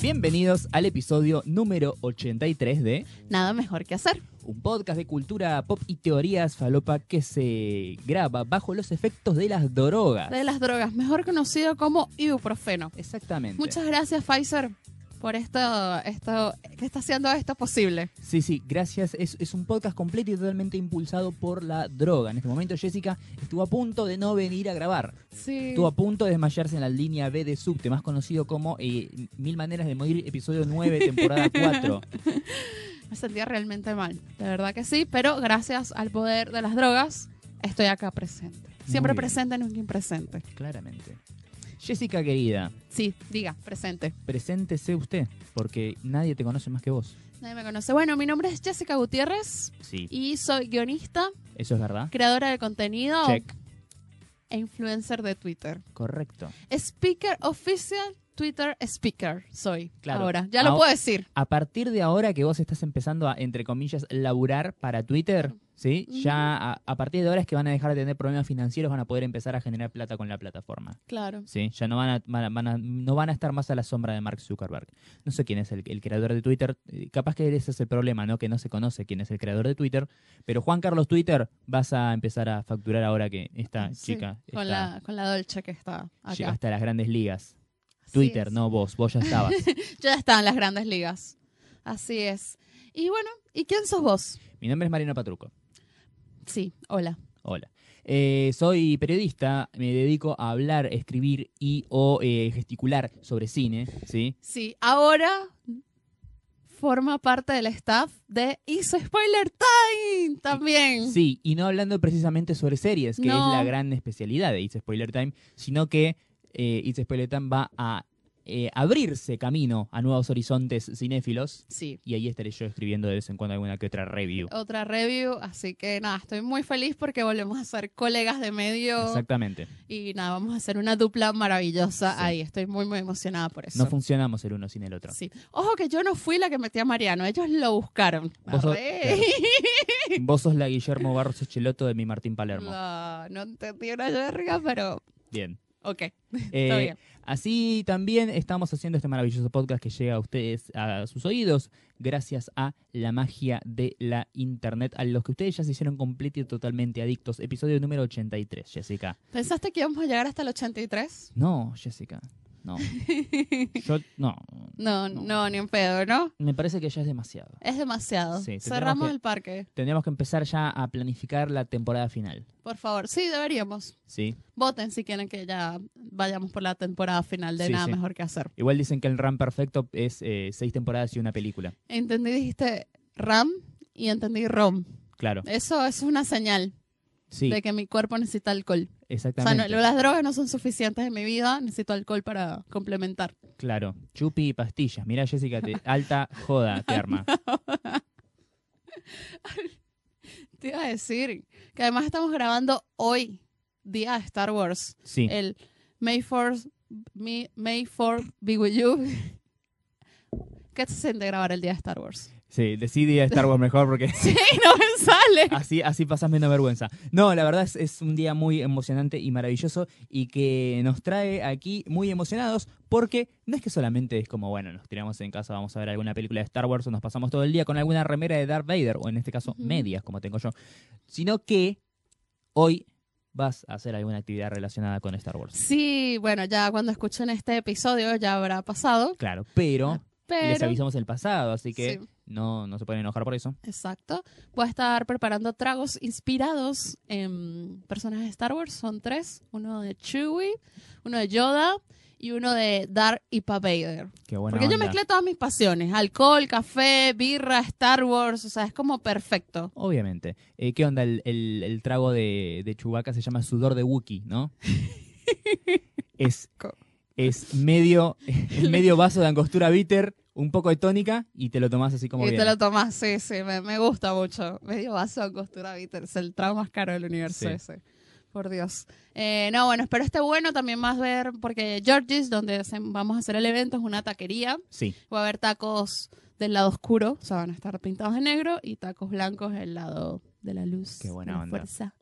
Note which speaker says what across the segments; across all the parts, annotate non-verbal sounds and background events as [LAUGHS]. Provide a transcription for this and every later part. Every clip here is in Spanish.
Speaker 1: Bienvenidos al episodio número 83 de
Speaker 2: Nada mejor que hacer.
Speaker 1: un podcast de cultura pop y teorías falopa que se graba bajo los efectos de las drogas.
Speaker 2: De las drogas, mejor conocido como ibuprofeno.
Speaker 1: Exactamente.
Speaker 2: Muchas gracias, Pfizer, por esto, esto que está haciendo esto posible.
Speaker 1: Sí, sí, gracias. Es, es un podcast completo y totalmente impulsado por la droga. En este momento Jessica estuvo a punto de no venir a grabar.
Speaker 2: Sí.
Speaker 1: Estuvo a punto de desmayarse en la línea B de Subte, más conocido como eh, Mil Maneras de Morir, episodio 9,
Speaker 2: [LAUGHS]
Speaker 1: temporada 4.
Speaker 2: Me sentía realmente mal, de verdad que sí, pero gracias al poder de las drogas estoy acá presente. Siempre
Speaker 1: bien.
Speaker 2: presente, nunca impresente.
Speaker 1: Claramente. Jessica querida,
Speaker 2: Sí, diga, presente.
Speaker 1: preséntese usted, porque nadie te conoce más que vos.
Speaker 2: Nadie me conoce. Bueno, mi nombre es Jessica Gutiérrez
Speaker 1: Sí.
Speaker 2: y soy guionista,
Speaker 1: Eso es verdad.
Speaker 2: creadora de contenido
Speaker 1: Check.
Speaker 2: e influencer de Twitter.
Speaker 1: Correcto.
Speaker 2: Speaker Official Twitter Speaker soy.
Speaker 1: Claro. Ah,
Speaker 2: Ahora, ya lo
Speaker 1: Ahora-
Speaker 2: puedo decir.
Speaker 1: A partir de ahora que vos estás empezando a, entre comillas, laburar para Twitter, ¿sí?
Speaker 2: Ujú.
Speaker 1: Ya a, a partir de ahora es que van a dejar de tener problemas financieros, van a poder empezar a generar plata con la plataforma,
Speaker 2: Claro.
Speaker 1: ¿sí? Ya no van a, van a- van a- no van a estar más a la sombra de Mark Zuckerberg. No sé quién es el, el creador de Twitter, eh, capaz que ese es el problema, ¿no? Que no se conoce quién es el creador de Twitter, pero Juan Carlos Twitter vas a empezar a facturar ahora que esta
Speaker 2: Sí,
Speaker 1: chica
Speaker 2: Con
Speaker 1: está-
Speaker 2: la, con la Dolce que está
Speaker 1: llega
Speaker 2: acá.
Speaker 1: hasta las grandes ligas.
Speaker 2: Así
Speaker 1: Twitter,
Speaker 2: es.
Speaker 1: no vos, vos ya
Speaker 2: [LAUGHS]
Speaker 1: estabas.
Speaker 2: Yo ya estaba en las grandes ligas. Así es. Y bueno, ¿y quién sos vos?
Speaker 1: Mi nombre es Mariano Patruco.
Speaker 2: Sí, hola.
Speaker 1: Hola. Eh, soy periodista, me dedico a hablar, escribir y o eh, gesticular sobre cine, ¿sí?
Speaker 2: Sí, ahora forma parte del staff de Hizo Spoiler Time también.
Speaker 1: Sí, y no hablando precisamente sobre series, que
Speaker 2: No.
Speaker 1: es la gran especialidad de It's Spoiler Time, sino que eh, It's Spoiler Time va a eh, abrirse camino a nuevos horizontes cinéfilos
Speaker 2: Sí,
Speaker 1: y ahí estaré yo escribiendo de vez en cuando alguna que otra review.
Speaker 2: Otra review, así que nada, estoy muy feliz porque volvemos a ser colegas de medio.
Speaker 1: Exactamente.
Speaker 2: Y nada, vamos a hacer una dupla maravillosa
Speaker 1: Sí.
Speaker 2: ahí. Estoy muy, muy emocionada por eso.
Speaker 1: No funcionamos el uno sin el otro.
Speaker 2: Sí. Ojo que yo no fui la que metí a Mariano, ellos lo buscaron.
Speaker 1: Vos sos-
Speaker 2: Arre.
Speaker 1: Vos sos la Guillermo Barros Echeloto de mi Martín
Speaker 2: [LAUGHS]
Speaker 1: Palermo.
Speaker 2: No, no entendí una verga, pero
Speaker 1: Bien.
Speaker 2: ok,
Speaker 1: Eh,
Speaker 2: está bien.
Speaker 1: Así también estamos haciendo este maravilloso podcast que llega a ustedes, a sus oídos, gracias a la magia de la internet, a los que ustedes ya se hicieron completo y totalmente adictos. Episodio número 83, Jessica.
Speaker 2: ¿Pensaste que íbamos a llegar hasta el 83?
Speaker 1: No, Jessica,
Speaker 2: [LAUGHS]
Speaker 1: no. Yo, no.
Speaker 2: No,
Speaker 1: No.
Speaker 2: no, ni en pedo, ¿no?
Speaker 1: Me parece que ya es demasiado.
Speaker 2: Es demasiado.
Speaker 1: Sí, tendríamos
Speaker 2: Cerramos
Speaker 1: que-
Speaker 2: el parque,
Speaker 1: Tendríamos que empezar ya a planificar la temporada final,
Speaker 2: por favor. Sí, deberíamos.
Speaker 1: ¿sí?
Speaker 2: Voten si quieren que ya vayamos por la temporada final de
Speaker 1: Sí,
Speaker 2: Nada
Speaker 1: sí.
Speaker 2: Mejor que Hacer.
Speaker 1: Igual dicen que el RAM perfecto es eh, seis temporadas y una película.
Speaker 2: Entendí, dijiste RAM y entendí ROM.
Speaker 1: Claro,
Speaker 2: Eso es una señal
Speaker 1: sí,
Speaker 2: Eh, de que mi cuerpo necesita alcohol. O sea,
Speaker 1: exactamente.
Speaker 2: no- las drogas no son suficientes en mi vida, necesito alcohol para complementar.
Speaker 1: Claro, chupi y pastillas. Mira, Jessica, te- alta joda te arma.
Speaker 2: Te iba a decir que además estamos grabando hoy, día de Star Wars,
Speaker 1: Sí,
Speaker 2: el May 4 May, May 4 be with you. ¿Qué se siente grabar el día de Star Wars? [LAUGHS]
Speaker 1: sí, decidí a Star Wars mejor porque [LAUGHS]
Speaker 2: Sí, no me sale.
Speaker 1: así, así pasas menos vergüenza. No, la verdad es, es un día muy emocionante y maravilloso y que nos trae aquí muy emocionados porque no es que solamente es como, bueno, nos tiramos en casa, vamos a ver alguna película de Star Wars o nos pasamos todo el día con alguna remera de Darth Vader o en este caso
Speaker 2: Ujú.
Speaker 1: medias como tengo yo, sino que hoy vas a hacer alguna actividad relacionada con Star Wars.
Speaker 2: Sí, bueno, ya cuando escuchen este episodio ya habrá pasado,
Speaker 1: Claro, pero... Les
Speaker 2: pero...
Speaker 1: avisamos el pasado, así que
Speaker 2: Sí.
Speaker 1: No, no se pueden enojar por eso.
Speaker 2: Exacto. Voy a estar preparando tragos inspirados en personajes de Star Wars. Son tres. Uno de Chewie, uno de Yoda y uno de Darth y Pap Vader.
Speaker 1: Qué buena
Speaker 2: Porque yo
Speaker 1: onda.
Speaker 2: mezclé todas mis pasiones. Alcohol, café, birra, Star Wars. O sea, es como perfecto.
Speaker 1: Obviamente. Eh, ¿Qué onda? El, el- el trago de, de Chewbacca se llama sudor de Wookiee,
Speaker 2: [LAUGHS]
Speaker 1: ¿no? es,
Speaker 2: Co-
Speaker 1: es
Speaker 2: [LAUGHS]
Speaker 1: medio, es medio vaso de angostura bitter, un poco de tónica y te lo tomás así como
Speaker 2: y
Speaker 1: viene.
Speaker 2: te lo tomas, sí, sí. Me, me gusta mucho. Medio vaso de costura bitter. Es el trago más caro del universo
Speaker 1: Sí.
Speaker 2: ese. Por Dios. Eh, no, bueno, espero esté bueno también más ver, porque Georgie's, donde se- vamos a hacer el evento, es una taquería.
Speaker 1: Sí,
Speaker 2: Va a haber tacos del lado oscuro, o sea, van a estar pintados de negro, y tacos blancos del lado de la luz.
Speaker 1: Qué buena
Speaker 2: de la
Speaker 1: onda.
Speaker 2: fuerza.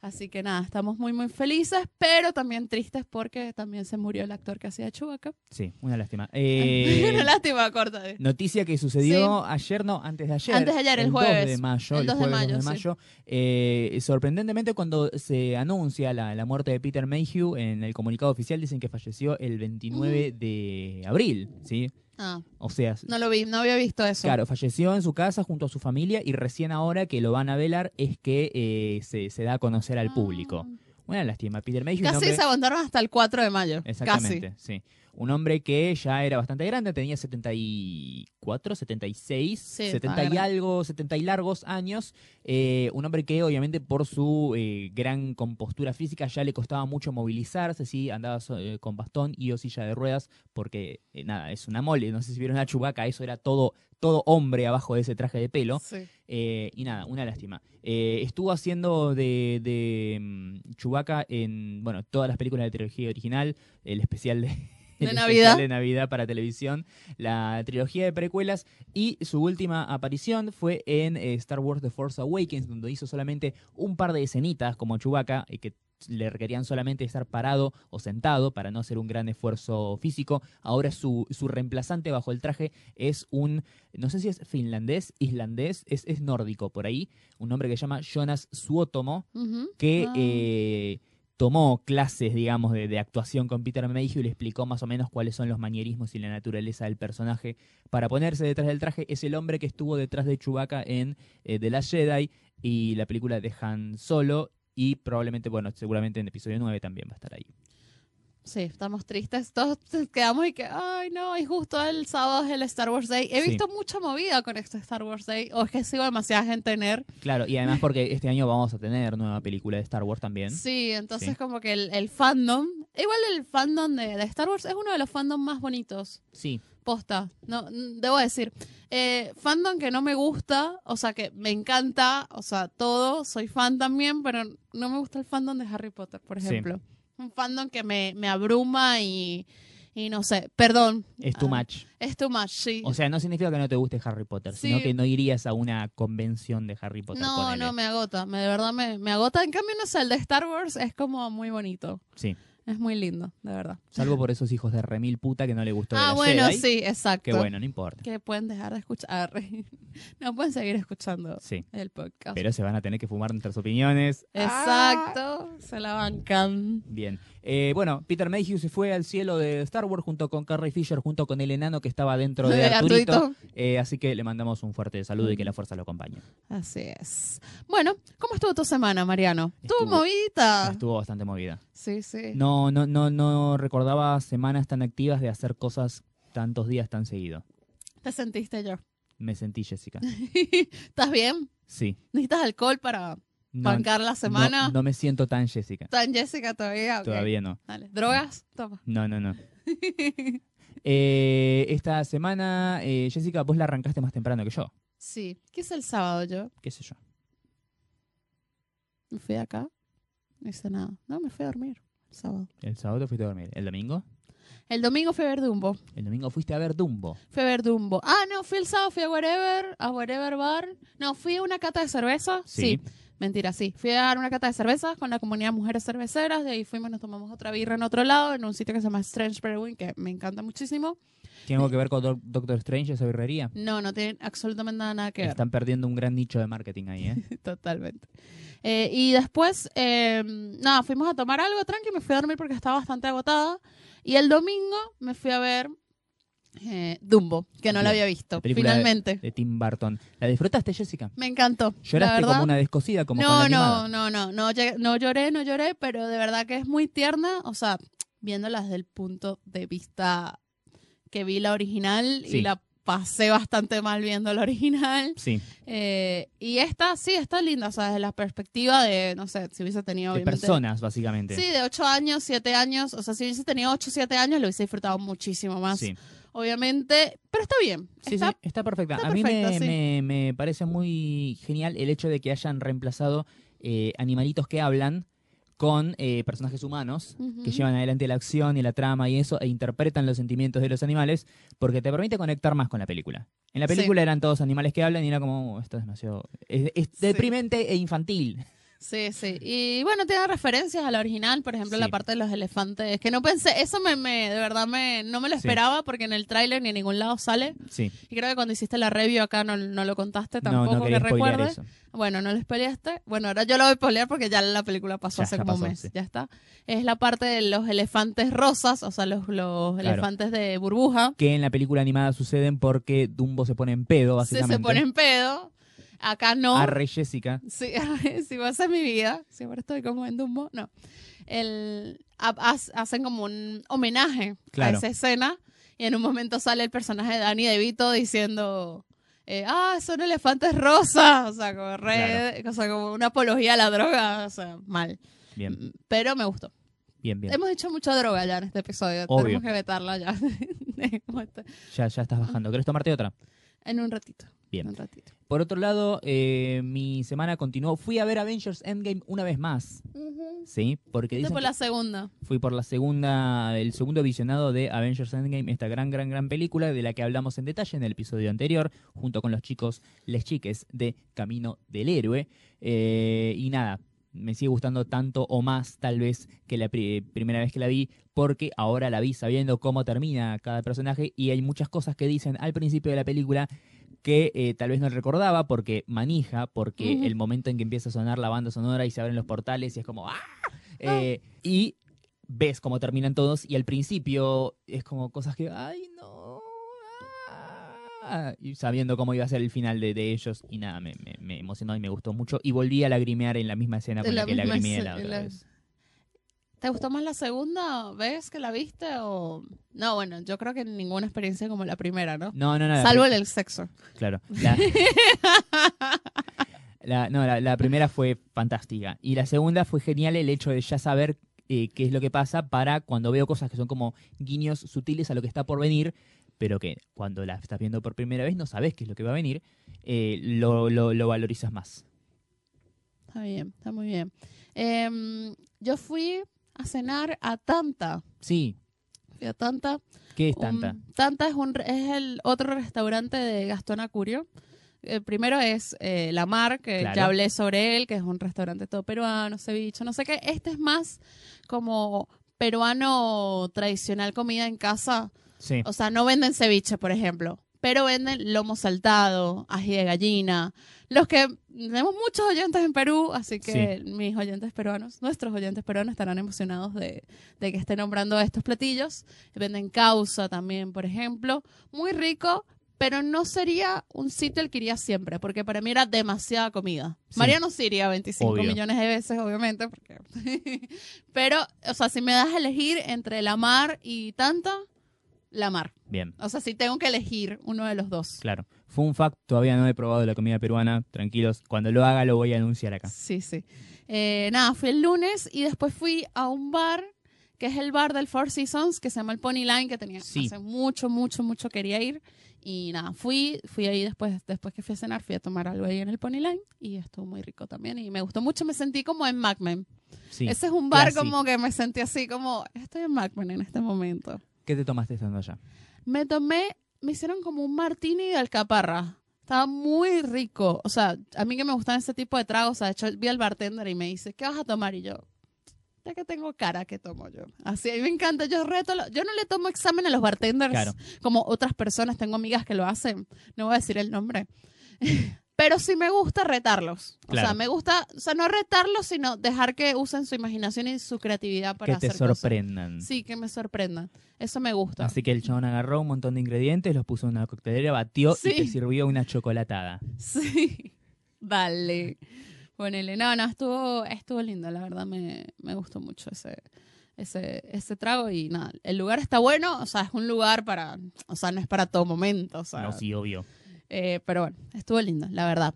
Speaker 2: Así que nada, estamos muy, muy felices, pero también tristes porque también se murió el actor que hacía Chewbacca.
Speaker 1: Sí, una
Speaker 2: [LAUGHS]
Speaker 1: lástima. Eh,
Speaker 2: Una lástima, corta.
Speaker 1: Noticia que sucedió ayer, no, antes de ayer.
Speaker 2: Antes de ayer, el
Speaker 1: 2
Speaker 2: jueves.
Speaker 1: de mayo.
Speaker 2: El
Speaker 1: El,
Speaker 2: 2 de
Speaker 1: jueves 2 de mayo.
Speaker 2: mayo, sí.
Speaker 1: Eh, sorprendentemente, cuando se anuncia la, la muerte de Peter Mayhew, en el comunicado oficial dicen que falleció el 29 de abril, ¿sí?
Speaker 2: Ah,
Speaker 1: O sea,
Speaker 2: no lo vi, no había visto eso.
Speaker 1: Claro, falleció en su casa junto a su familia y recién ahora que lo van a velar es que eh, se, se da a conocer al
Speaker 2: Ah.
Speaker 1: público. Una lástima, Peter Mayhew. un
Speaker 2: Casi
Speaker 1: hombre-
Speaker 2: se aguantaron hasta el 4 de mayo.
Speaker 1: Exactamente, sí. Un hombre que ya era bastante grande, tenía 74, 76,
Speaker 2: Sí, estaba
Speaker 1: 70 y
Speaker 2: grande.
Speaker 1: algo, 70 y largos años. Eh, un hombre que obviamente por su eh, gran compostura física ya le costaba mucho movilizarse, sí, andaba so- eh, con bastón y o silla de ruedas porque eh, nada, es una mole, no sé si vieron a Chubaca, eso era todo todo hombre abajo de ese traje de pelo.
Speaker 2: Casi. Sí.
Speaker 1: Eh, y nada, una lástima. Eh, estuvo haciendo de, de mm, Chewbacca en bueno todas las películas de trilogía original, el especial de, el especial
Speaker 2: Navidad.
Speaker 1: de Navidad para televisión, la trilogía de precuelas y su última aparición fue en eh, Star Wars The Force Awakens, donde hizo solamente un par de escenitas como Chewbacca, eh, que le requerían solamente estar parado o sentado para no hacer un gran esfuerzo físico. Ahora su, su reemplazante bajo el traje es un, no sé si es finlandés, islandés, es, es nórdico por ahí, un hombre que se llama Jonas Suotomo,
Speaker 2: Ujú.
Speaker 1: que
Speaker 2: Ah.
Speaker 1: eh, tomó clases, digamos, de, de actuación con Peter Mayhew y le explicó más o menos cuáles son los manierismos y la naturaleza del personaje para ponerse detrás del traje. Es el hombre que estuvo detrás de Chewbacca en eh, The Last Jedi y la película de Han Solo y probablemente, bueno, seguramente en episodio 9 también va a estar ahí.
Speaker 2: Sí, estamos tristes. Todos nos quedamos y que, ay, no, y justo el sábado es el Star Wars Day. He
Speaker 1: Sí.
Speaker 2: visto mucha movida con este Star Wars Day. O es que sigo demasiada gente en él.
Speaker 1: Claro, y además porque este año vamos a tener nueva película de Star Wars también.
Speaker 2: Sí, entonces
Speaker 1: Sí.
Speaker 2: como que el, el fandom, igual el fandom de, de Star Wars es uno de los fandoms más bonitos.
Speaker 1: Sí,
Speaker 2: Posta, no, mm, debo decir, eh, fandom que no me gusta, o sea, que me encanta, o sea, todo, soy fan también, pero no me gusta el fandom de Harry Potter, por
Speaker 1: Sí.
Speaker 2: ejemplo. Un fandom que me, me abruma y, y no sé, perdón.
Speaker 1: es tu
Speaker 2: Ah,
Speaker 1: match.
Speaker 2: Es too much, sí.
Speaker 1: O sea, no significa que no te guste Harry Potter, sino
Speaker 2: Sí.
Speaker 1: que no irías a una convención de Harry Potter.
Speaker 2: no,
Speaker 1: ponele.
Speaker 2: no, me agota, me, de verdad me, me agota. En cambio, no sé, el de Star Wars es como muy bonito,
Speaker 1: Sí,
Speaker 2: es muy lindo, de verdad.
Speaker 1: salvo por esos hijos de remil puta que no le gustó.
Speaker 2: Ah,
Speaker 1: la
Speaker 2: bueno,
Speaker 1: Jedi,
Speaker 2: sí, exacto.
Speaker 1: Que bueno, no importa.
Speaker 2: Que pueden dejar de escuchar, Ah, re- [LAUGHS] no pueden seguir escuchando
Speaker 1: Sí,
Speaker 2: el podcast.
Speaker 1: pero se van a tener que fumar nuestras opiniones.
Speaker 2: Exacto, se la bancan.
Speaker 1: Bien. Eh, bueno, Peter Mayhew se fue al cielo de Star Wars junto con Carrie Fisher, junto con el enano que estaba
Speaker 2: [LAUGHS]
Speaker 1: dentro de
Speaker 2: De
Speaker 1: Arturito.
Speaker 2: Arturito.
Speaker 1: Eh, así que le mandamos un fuerte saludo y que la fuerza lo acompañe.
Speaker 2: Así es. Bueno, ¿cómo estuvo tu semana, Mariano? Estuvo,
Speaker 1: Estuvo-
Speaker 2: movidita.
Speaker 1: Estuvo bastante movida.
Speaker 2: Sí, Ah. sí.
Speaker 1: No, no, no, no recordaba semanas tan activas de hacer cosas tantos días tan seguido.
Speaker 2: Te sentiste yo. [LAUGHS]
Speaker 1: Me sentí Jessica.
Speaker 2: ¿Estás bien?
Speaker 1: Sí.
Speaker 2: ¿Necesitas alcohol para
Speaker 1: No,
Speaker 2: bancar la
Speaker 1: no-
Speaker 2: semana?
Speaker 1: No, me siento tan Jessica.
Speaker 2: ¿Tan Jessica todavía? Ok.
Speaker 1: Todavía no.
Speaker 2: Dale. ¿Drogas? Toma. [LAUGHS]
Speaker 1: No, no, no. Eh, esta semana, eh, Jessica, vos la arrancaste más temprano que yo.
Speaker 2: Sí. ¿Qué hice el sábado yo?
Speaker 1: ¿Qué sé yo?
Speaker 2: Me fui de acá. No hice nada. No, me fui a dormir el sábado.
Speaker 1: El sábado te fuiste a dormir. ¿El domingo?
Speaker 2: El domingo fui a ver Dumbo.
Speaker 1: El domingo fuiste a ver Dumbo.
Speaker 2: Fui a ver Dumbo. Ah, no, fui el sábado, fui a Whatever, a Whatever Bar. No, fui a una cata de cerveza. Sí. mentira, sí. Fui a dar una cata de cervezas con la comunidad Mujeres Cerveceras. De ahí fuimos, nos tomamos otra birra en otro lado, en un sitio que se llama Strange Brewing, que me encanta muchísimo.
Speaker 1: ¿Tiene algo que ver con Doc- Doctor Strange, esa birrería?
Speaker 2: No, no tiene absolutamente nada, nada que ver.
Speaker 1: Están perdiendo un gran nicho de marketing ahí, ¿eh?
Speaker 2: Totalmente. Eh, y después, eh, nada, fuimos a tomar algo tranqui, me fui a dormir porque estaba bastante agotada. Y el domingo me fui a ver eh, Dumbo, que no
Speaker 1: Bien.
Speaker 2: la había visto,
Speaker 1: película
Speaker 2: finalmente.
Speaker 1: De Tim Burton. ¿La disfrutaste, Jessica?
Speaker 2: Me encantó. la
Speaker 1: ¿Lloraste
Speaker 2: verdad.
Speaker 1: como una descosida, como con
Speaker 2: no,
Speaker 1: la
Speaker 2: no,
Speaker 1: animada?
Speaker 2: no, no, no, llegué- no lloré, no lloré, pero de verdad que es muy tierna, o sea, viéndola desde el punto de vista que vi la original
Speaker 1: Sí.
Speaker 2: y la pasé bastante mal viendo la original.
Speaker 1: Sí,
Speaker 2: Eh, y esta sí, está linda, o sea, desde la perspectiva de, no sé, si hubiese tenido...
Speaker 1: de
Speaker 2: obviamente-
Speaker 1: personas, básicamente.
Speaker 2: Sí, de 8 años, 7 años, o sea, si hubiese tenido 8, 7 años, lo hubiese disfrutado muchísimo más,
Speaker 1: Sí.
Speaker 2: obviamente, pero está bien,
Speaker 1: Sí, sí,
Speaker 2: está
Speaker 1: está, perfecta.
Speaker 2: está
Speaker 1: a mí me-
Speaker 2: perfecta, sí.
Speaker 1: me, me parece muy genial el hecho de que hayan reemplazado eh, animalitos que hablan con eh, personajes humanos
Speaker 2: Ujú.
Speaker 1: que llevan adelante la acción y la trama y eso e interpretan los sentimientos de los animales porque te permite conectar más con la película. En la
Speaker 2: Sí.
Speaker 1: "Uh, película eran todos animales que hablan y era como, "Oh, esto es demasiado... Es, es
Speaker 2: Sí.
Speaker 1: deprimente e infantil.
Speaker 2: Sí, sí. Y bueno, tiene referencias a la original, por ejemplo,
Speaker 1: Sí.
Speaker 2: la parte de los elefantes, que no pensé, eso me, me- de verdad me, no me lo
Speaker 1: Sí.
Speaker 2: esperaba porque en el tráiler ni en ningún lado sale.
Speaker 1: Sí.
Speaker 2: Y creo que cuando hiciste la review acá no, no lo contaste
Speaker 1: No,
Speaker 2: tampoco,
Speaker 1: no
Speaker 2: que
Speaker 1: quería spoilear
Speaker 2: recuerdes.
Speaker 1: eso.
Speaker 2: Bueno, no lo spoileaste. Bueno, ahora yo lo voy a spoilear porque ya la película
Speaker 1: Ya,
Speaker 2: pasó hace
Speaker 1: ya
Speaker 2: como un
Speaker 1: pasó,
Speaker 2: mes.
Speaker 1: sí.
Speaker 2: Ya está. Es la parte de los elefantes rosas, o sea, los, los elefantes de burbuja.
Speaker 1: Que en la película animada suceden porque Dumbo se pone en pedo,
Speaker 2: Sí,
Speaker 1: básicamente.
Speaker 2: se ponen pedo. Acá no.
Speaker 1: A Rey Jessica.
Speaker 2: Sí, [LAUGHS] si vas a mi vida, si ahora estoy como en Dumbo, no. El, ha- ha- hacen como un homenaje
Speaker 1: Claro.
Speaker 2: a esa escena y en un momento sale el personaje de Danny DeVito diciendo, eh, ah, son elefantes rosas, o sea, como, re- o sea, como una apología a la droga, o sea, mal.
Speaker 1: Bien,
Speaker 2: Pero me gustó.
Speaker 1: bien, bien.
Speaker 2: Hemos dicho mucha droga ya en este episodio,
Speaker 1: Obvio.
Speaker 2: tenemos que vetarla ya. [LAUGHS] Dejemos esto
Speaker 1: Ya, ya estás bajando. ¿Querés tomarte otra?
Speaker 2: en un ratito.
Speaker 1: Bien.
Speaker 2: en un ratito.
Speaker 1: Por otro lado, eh, mi semana continuó. Fui a ver Avengers Endgame una vez más. Sí, porque
Speaker 2: Esta
Speaker 1: dicen
Speaker 2: fue
Speaker 1: que-
Speaker 2: la segunda.
Speaker 1: fui por la segunda, el segundo visionado de Avengers Endgame, esta gran, gran, gran película de la que hablamos en detalle en el episodio anterior, junto con los chicos, les chiques de Camino del Héroe. Eh, y nada, me sigue gustando tanto o más tal vez que la pri- primera vez que la vi, porque ahora la vi sabiendo cómo termina cada personaje y hay muchas cosas que dicen al principio de la película que eh, tal vez no recordaba porque manija, porque
Speaker 2: Ujú.
Speaker 1: el momento en que empieza a sonar la banda sonora y se abren los portales y es como ¡ah! Eh, y ves cómo terminan todos y al principio es como cosas que, ay no, ah", y sabiendo cómo iba a ser el final de, de ellos y nada, me, me- me emocionó y me gustó mucho y volví a lagrimear en la misma escena con
Speaker 2: En
Speaker 1: la,
Speaker 2: la
Speaker 1: que
Speaker 2: misma
Speaker 1: lagrimeé
Speaker 2: escena,
Speaker 1: la otra
Speaker 2: la-
Speaker 1: vez.
Speaker 2: ¿Te gustó más la segunda vez que la viste o...? No, bueno, yo creo que ninguna experiencia como la primera, ¿no?
Speaker 1: No, no, no. la
Speaker 2: Salvo
Speaker 1: pri-
Speaker 2: el del sexo.
Speaker 1: Claro. La,
Speaker 2: [LAUGHS]
Speaker 1: la- no, la, la primera fue fantástica. Y la segunda fue genial el hecho de ya saber eh, qué es lo que pasa para cuando veo cosas que son como guiños sutiles a lo que está por venir, pero que cuando la estás viendo por primera vez no sabes qué es lo que va a venir, eh, lo, lo- lo valorizas más.
Speaker 2: Está bien, está muy bien. Em, yo fui a cenar a Tanta.
Speaker 1: Sí,
Speaker 2: Fui a Tanta.
Speaker 1: ¿qué es tanta?
Speaker 2: Un- Tanta es, un, re- es el otro restaurante de Gastón Acurio. El primero es eh, La Mar, que
Speaker 1: Claro.
Speaker 2: ya hablé sobre él, que es un restaurante todo peruano, ceviche, no sé qué. Este es más como peruano tradicional, comida en casa.
Speaker 1: Sí,
Speaker 2: O sea, no venden ceviche, por ejemplo, pero venden lomo saltado, ají de gallina. Los que tenemos muchos oyentes en Perú, así que mis oyentes peruanos, nuestros oyentes peruanos estarán emocionados de, de que esté nombrando estos platillos. Venden causa también, por ejemplo. Muy rico, pero no sería un sitio al que iría siempre, porque para mí era demasiada comida.
Speaker 1: Sí.
Speaker 2: Mariano sí iría 25
Speaker 1: Obvio.
Speaker 2: millones de veces, obviamente, porque... [LAUGHS] pero, o sea, si me das a elegir entre la mar y tanta, la mar.
Speaker 1: bien,
Speaker 2: O sea, si tengo que elegir uno de los dos.
Speaker 1: claro. Fue un fact, todavía no he probado la comida peruana, tranquilos, cuando lo haga lo voy a anunciar acá.
Speaker 2: Sí, sí. Eh, nada, fui el lunes y después fui a un bar que es el bar del Four Seasons que se llama el Pony Line que tenía
Speaker 1: Sí.
Speaker 2: hace mucho mucho mucho quería ir y nada fui fui ahí después después que fui a cenar fui a tomar algo ahí en el Pony Line y estuvo muy rico también y me gustó mucho me sentí como en Macman
Speaker 1: Sí.
Speaker 2: ese es un bar
Speaker 1: classy.
Speaker 2: como que me sentí así como estoy en Macman en este momento
Speaker 1: ¿Qué te tomaste estando allá?
Speaker 2: me tomé, me hicieron como un martini de alcaparra. Estaba muy rico. O sea, a mí que me gustan ese tipo de tragos. O sea, de hecho, vi al bartender y me dice, ¿qué vas a tomar? Y yo, ya que tengo cara, que tomo yo? Así, a mí me encanta. Yo reto, lo- yo no le tomo examen a los bartenders
Speaker 1: Claro.
Speaker 2: como otras personas. Tengo amigas que lo hacen. No voy a decir el nombre. [LAUGHS] Pero sí me gusta retarlos. O sea,
Speaker 1: Claro.
Speaker 2: me gusta, o sea, no retarlos, sino dejar que usen su imaginación y su creatividad para
Speaker 1: Que te
Speaker 2: hacer cosas.
Speaker 1: sorprendan.
Speaker 2: Sí, que me sorprendan. Eso me gusta.
Speaker 1: Así que el chabón agarró un montón de ingredientes, los puso en una coctelera, batió
Speaker 2: Sí.
Speaker 1: y te sirvió una chocolatada.
Speaker 2: [LAUGHS] Sí, vale. Ponele. No, no, estuvo, estuvo lindo, la verdad me, me gustó mucho ese, ese, ese trago y nada, el lugar está bueno, o sea, es un lugar para, o sea, no es para todo momento, o sea,
Speaker 1: No, sí, obvio.
Speaker 2: eh, pero bueno, estuvo lindo, la verdad.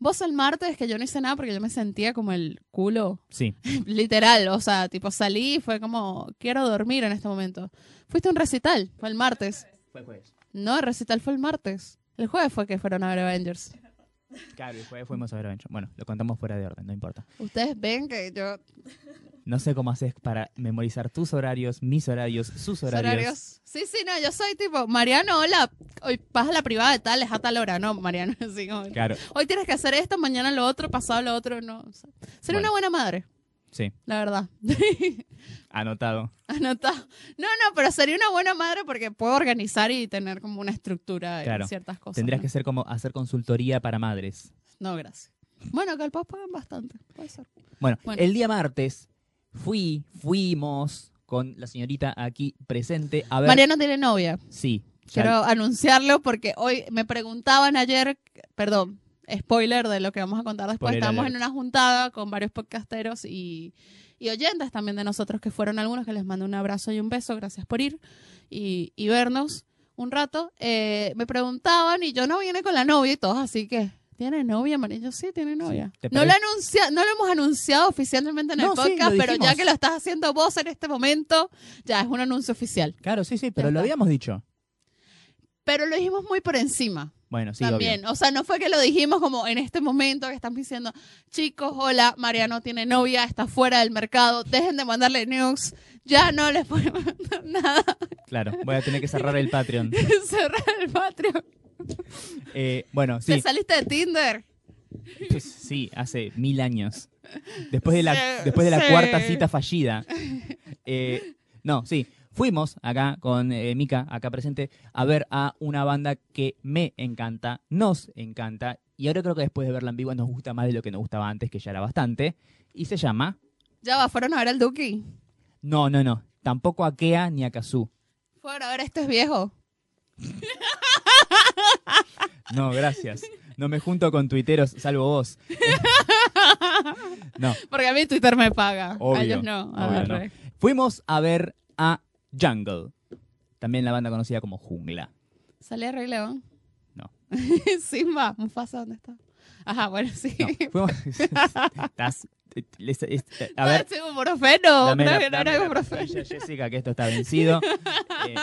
Speaker 2: Vos el martes que yo no hice nada porque yo me sentía como el culo, [LAUGHS]
Speaker 1: Sí,
Speaker 2: literal, o sea, tipo salí y fue como, quiero dormir en este momento. Fuiste a un recital, fue el martes.
Speaker 1: fue jueves.
Speaker 2: No, el recital fue el martes. El jueves fue que fueron a ver Avengers.
Speaker 1: Claro, el jueves fuimos a ver Avengers. Bueno, lo contamos fuera de orden, no importa.
Speaker 2: Ustedes ven que yo
Speaker 1: No sé cómo haces para memorizar tus horarios, mis horarios, sus horarios.
Speaker 2: horarios. Sí, sí, no, yo soy tipo, Mariano, hola, hoy vas a la privada de tal, es a tal hora, no, Mariano, [LAUGHS] sí, como-
Speaker 1: Claro,
Speaker 2: hoy tienes que hacer esto, mañana lo otro, pasado lo otro, no. o sea, ser
Speaker 1: Bueno.
Speaker 2: una buena madre,
Speaker 1: sí,
Speaker 2: la verdad. [LAUGHS]
Speaker 1: anotado.
Speaker 2: Anotado. No, no, pero sería una buena madre porque puedo organizar y tener como una estructura
Speaker 1: Claro.
Speaker 2: en ciertas cosas.
Speaker 1: Tendrías
Speaker 2: ¿no?
Speaker 1: que ser como hacer consultoría para madres.
Speaker 2: No, gracias. Bueno, capaz pagan bastante, puede ser.
Speaker 1: Bueno,
Speaker 2: Bueno.
Speaker 1: el día martes fui, fuimos con la señorita aquí presente a ver.
Speaker 2: Mariano tiene novia.
Speaker 1: Sí. ya-
Speaker 2: Quiero anunciarlo porque hoy me preguntaban ayer, perdón, spoiler de lo que vamos a contar después.
Speaker 1: Spoiler
Speaker 2: Estábamos
Speaker 1: alert.
Speaker 2: en una juntada con varios podcasteros y, y oyentes también de nosotros, que fueron algunos, que les mando un abrazo y un beso. Gracias por ir y, y vernos un rato. Eh, me preguntaban y yo no vine con la novia y todos, así que. ¿Tiene novia, Mariano? Yo, Sí, tiene novia.
Speaker 1: ¿Te
Speaker 2: No, lo
Speaker 1: parece?
Speaker 2: anuncia, no lo hemos anunciado oficialmente en el
Speaker 1: No, sí, lo
Speaker 2: podcast, pero ya
Speaker 1: dijimos.
Speaker 2: que lo estás haciendo vos en este momento, ya es un anuncio oficial.
Speaker 1: Claro, sí, sí, pero
Speaker 2: Ya
Speaker 1: lo
Speaker 2: está.
Speaker 1: habíamos dicho.
Speaker 2: Pero lo dijimos muy por encima.
Speaker 1: Bueno, sí,
Speaker 2: También, o sea, no fue que lo dijimos como en este momento que están diciendo, chicos, hola, Mariano tiene novia, está fuera del mercado, dejen de mandarle news, ya no les [LAUGHS] pueden mandar nada, [LAUGHS]
Speaker 1: obvio. Claro, voy a tener que cerrar el Patreon.
Speaker 2: cerrar el Patreon.
Speaker 1: Eh, bueno,
Speaker 2: Te
Speaker 1: sí,
Speaker 2: saliste de Tinder.
Speaker 1: pues, sí, hace mil años. Después de la,
Speaker 2: Sí,
Speaker 1: después de la
Speaker 2: sí.
Speaker 1: cuarta cita fallida. Eh, no, sí, fuimos acá con eh, Mika, acá presente, a ver a una banda que me encanta, nos encanta, y ahora creo que después de verla en vivo nos gusta más de lo que nos gustaba antes, que ya era bastante, y se llama...
Speaker 2: Ya va, fueron a ver al Duki.
Speaker 1: No, no, no, tampoco a Kea ni a Kazoo.
Speaker 2: Fueron a ver, esto es viejo.
Speaker 1: No, gracias. No me junto con tuiteros, salvo
Speaker 2: [LAUGHS]
Speaker 1: vos. no.
Speaker 2: Porque a mí Twitter me paga.
Speaker 1: Obvio,
Speaker 2: a ellos no. A
Speaker 1: obvio,
Speaker 2: ver,
Speaker 1: no.
Speaker 2: re.
Speaker 1: Fuimos a ver a Jungle. También la banda conocida como Jungla.
Speaker 2: ¿Sale Rey León? [LAUGHS]
Speaker 1: No.
Speaker 2: Simba, Mufasa, ¿dónde está? Ajá, bueno, sí.
Speaker 1: No,
Speaker 2: [LAUGHS]
Speaker 1: fuimos... [LAUGHS] Estás- les- es- A ver,
Speaker 2: Ah, sí, ibuprofeno,
Speaker 1: dame la-
Speaker 2: creo que no era
Speaker 1: dame la
Speaker 2: ibuprofeno.
Speaker 1: pantalla, Jessica, que esto está vencido. Eh,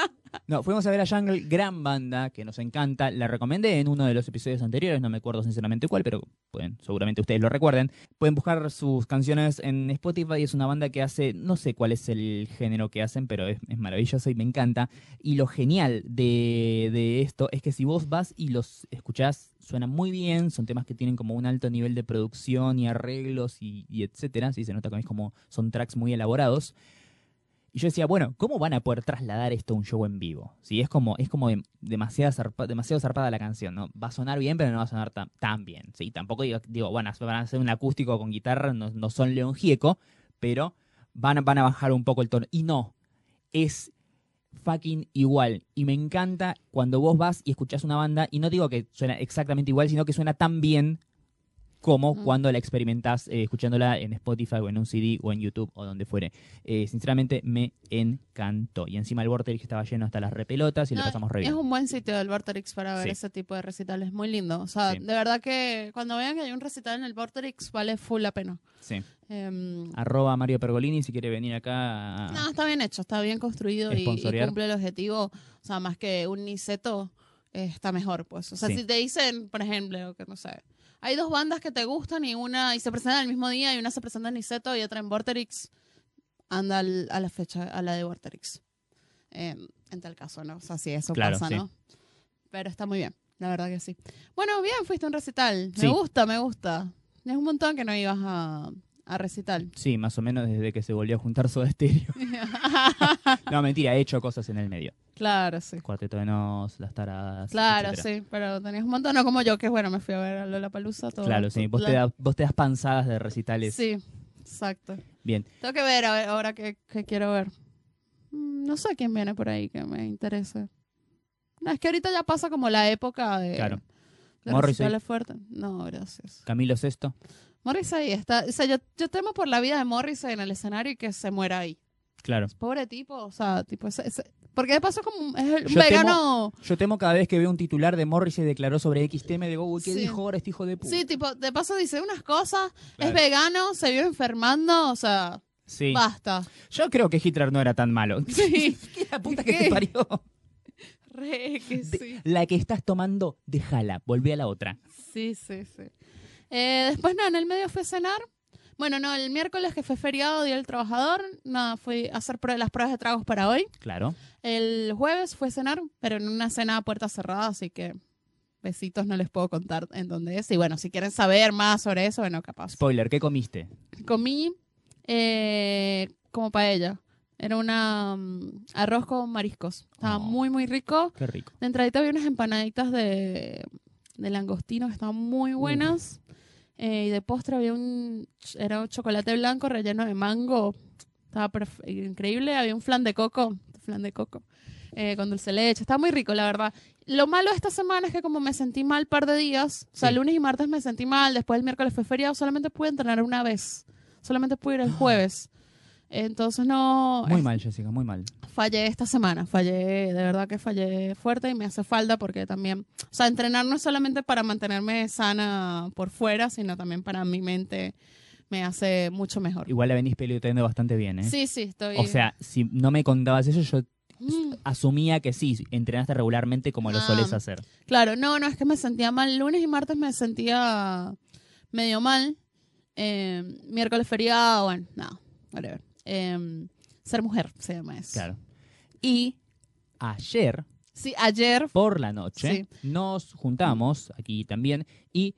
Speaker 1: no, fuimos a ver a Jungle, gran banda que nos encanta. La recomendé en uno de los episodios anteriores, no me acuerdo sinceramente cuál, pero pueden, seguramente ustedes lo recuerden. Pueden buscar sus canciones en Spotify. Es una banda que hace, no sé cuál es el género que hacen, pero es, es maravilloso y me encanta. Y lo genial de, de esto es que si vos vas y los escuchás, suenan muy bien. Son temas que tienen como un alto nivel de producción y arreglos y, y etcétera. Sí, se nota que es como son tracks muy elaborados. Y yo decía, bueno, ¿cómo van a poder trasladar esto a un show en vivo? Sí, es como, es como dem- demasiada zarpa- demasiado zarpada la canción, ¿no? Va a sonar bien, pero no va a sonar tan, tan bien. Sí, tampoco digo, digo, bueno, van a hacer un acústico con guitarra, no, no son León Gieco, pero van, a- van a bajar un poco el tono. Y no, es fucking igual. Y me encanta cuando vos vas y escuchás una banda, y no digo que suena exactamente igual, sino que suena tan bien como
Speaker 2: Mm.
Speaker 1: cuando la experimentás eh, escuchándola en Spotify o en un CD o en YouTube o donde fuere. Eh, sinceramente me encantó. Y encima el Vorterix estaba lleno hasta las repelotas y lo
Speaker 2: No,
Speaker 1: pasamos re
Speaker 2: Es
Speaker 1: bien.
Speaker 2: un buen sitio del Vorterix para ver
Speaker 1: Sí.
Speaker 2: ese tipo de recitales. Muy lindo. O sea,
Speaker 1: Sí.
Speaker 2: de verdad que cuando vean que hay un recital en el Vorterix, vale full la pena.
Speaker 1: Sí.
Speaker 2: Em,
Speaker 1: Arroba Mario Pergolini si quiere venir acá. a-
Speaker 2: no, está bien hecho, está bien construido y, y
Speaker 1: Esponsorear.
Speaker 2: cumple el objetivo. O sea, más que un niceto, eh, está mejor, pues. O sea,
Speaker 1: Sí.
Speaker 2: si te dicen, por ejemplo, que no sé. Hay dos bandas que te gustan y una y se presentan el mismo día y una se presenta en Niceto y otra en Vorterix. Anda al- a la fecha, a la de Vorterix. Eh, en tal caso, ¿no? O sea, si eso
Speaker 1: Claro,
Speaker 2: pasa,
Speaker 1: sí.
Speaker 2: ¿no? Pero está muy bien, la verdad que sí. Bueno, bien, fuiste a un recital.
Speaker 1: Sí.
Speaker 2: Me gusta, me gusta. Es un montón que no ibas a, a recital.
Speaker 1: Sí, más o menos desde que se volvió a juntar Soda
Speaker 2: [LAUGHS]
Speaker 1: Stereo. no, mentira, he hecho cosas en el medio.
Speaker 2: claro, sí.
Speaker 1: Cuarteto de Nos, Las Taradas.
Speaker 2: Claro,
Speaker 1: etcétera.
Speaker 2: sí, pero tenías un montón, no como yo, que bueno, me fui a ver a Lola Palusa todo.
Speaker 1: Claro, sí. Vos te,
Speaker 2: la-
Speaker 1: das, vos te das panzadas de recitales.
Speaker 2: Sí, exacto.
Speaker 1: Bien.
Speaker 2: Tengo que ver a ver ahora que, quiero ver. Mm, No sé quién viene por ahí que me interese. No, es que ahorita ya pasa como la época de.
Speaker 1: Claro.
Speaker 2: de
Speaker 1: Morrissey.
Speaker 2: recitales fuertes. No, gracias.
Speaker 1: Camilo Sesto.
Speaker 2: Morrissey está. O sea, yo, yo temo por la vida de Morrissey en el escenario y que se muera ahí.
Speaker 1: Claro.
Speaker 2: Pobre tipo, o sea, tipo. ese- ese- porque de paso es como un, es el- un
Speaker 1: Yo
Speaker 2: vegano.
Speaker 1: Yo temo cada vez que veo un titular de Morris y declaró sobre XTM de Google. ¿Qué
Speaker 2: Sí.
Speaker 1: dijo ahora este hijo de puta?
Speaker 2: Sí, tipo, de paso dice unas cosas,
Speaker 1: Claro.
Speaker 2: es vegano, se vio enfermando, o sea,
Speaker 1: Sí. [LAUGHS]
Speaker 2: basta.
Speaker 1: Yo creo que Hitler no era tan
Speaker 2: [LAUGHS]
Speaker 1: malo.
Speaker 2: Sí,
Speaker 1: ¿Qué [LAUGHS] la puta que
Speaker 2: ¿Qué?
Speaker 1: te
Speaker 2: [LAUGHS]
Speaker 1: parió?
Speaker 2: re que
Speaker 1: De-
Speaker 2: sí.
Speaker 1: La que estás tomando, déjala. Volví a la otra.
Speaker 2: Sí, sí, sí. Eh, después, nada, en el medio fui a cenar. Bueno, no, el miércoles que fue feriado, Día del Trabajador, nada, fui a hacer prue- las pruebas de tragos para hoy.
Speaker 1: Claro.
Speaker 2: El jueves fue a cenar, pero en una cena a puerta cerrada, así que besitos no les puedo contar en dónde es. Y bueno, si quieren saber más sobre eso, bueno, capaz.
Speaker 1: Spoiler, ¿qué comiste?
Speaker 2: Comí eh, como paella. Era una mm, arroz con mariscos. Estaba
Speaker 1: Oh.
Speaker 2: muy, muy rico.
Speaker 1: Qué rico.
Speaker 2: De entradita había unas empanaditas de, de langostino que estaban muy buenas. Eh, y de postre había un, ch- era un chocolate blanco relleno de mango. Estaba perf- increíble. Había un flan de coco, flan de coco, eh, con dulce de leche. Estaba muy rico, la verdad. Lo malo de esta semana es que como me sentí mal un par de días, o sea,
Speaker 1: Sí.
Speaker 2: lunes y martes me sentí mal, después el miércoles fue feriado, solamente pude entrenar una vez. Solamente pude ir el jueves. Entonces no...
Speaker 1: Muy mal, Jessica, muy mal.
Speaker 2: Fallé esta semana, fallé, de verdad que fallé fuerte y me hace falta porque también, o sea, entrenar no es solamente para mantenerme sana por fuera, sino también para mi mente me hace mucho mejor.
Speaker 1: Igual la venís peleoteando bastante bien, ¿eh?
Speaker 2: Sí, sí, estoy...
Speaker 1: O sea, si no me contabas eso, yo
Speaker 2: Mm,
Speaker 1: asumía que sí, entrenaste regularmente como lo
Speaker 2: Ah.
Speaker 1: solés hacer.
Speaker 2: claro, no, no, es que me sentía mal. Lunes y martes me sentía medio mal. Eh, miércoles feriado, bueno, no, whatever. Eh, ser mujer se llama eso.
Speaker 1: Claro. Y ayer,
Speaker 2: Sí, ayer
Speaker 1: por la noche, nos juntamos aquí también y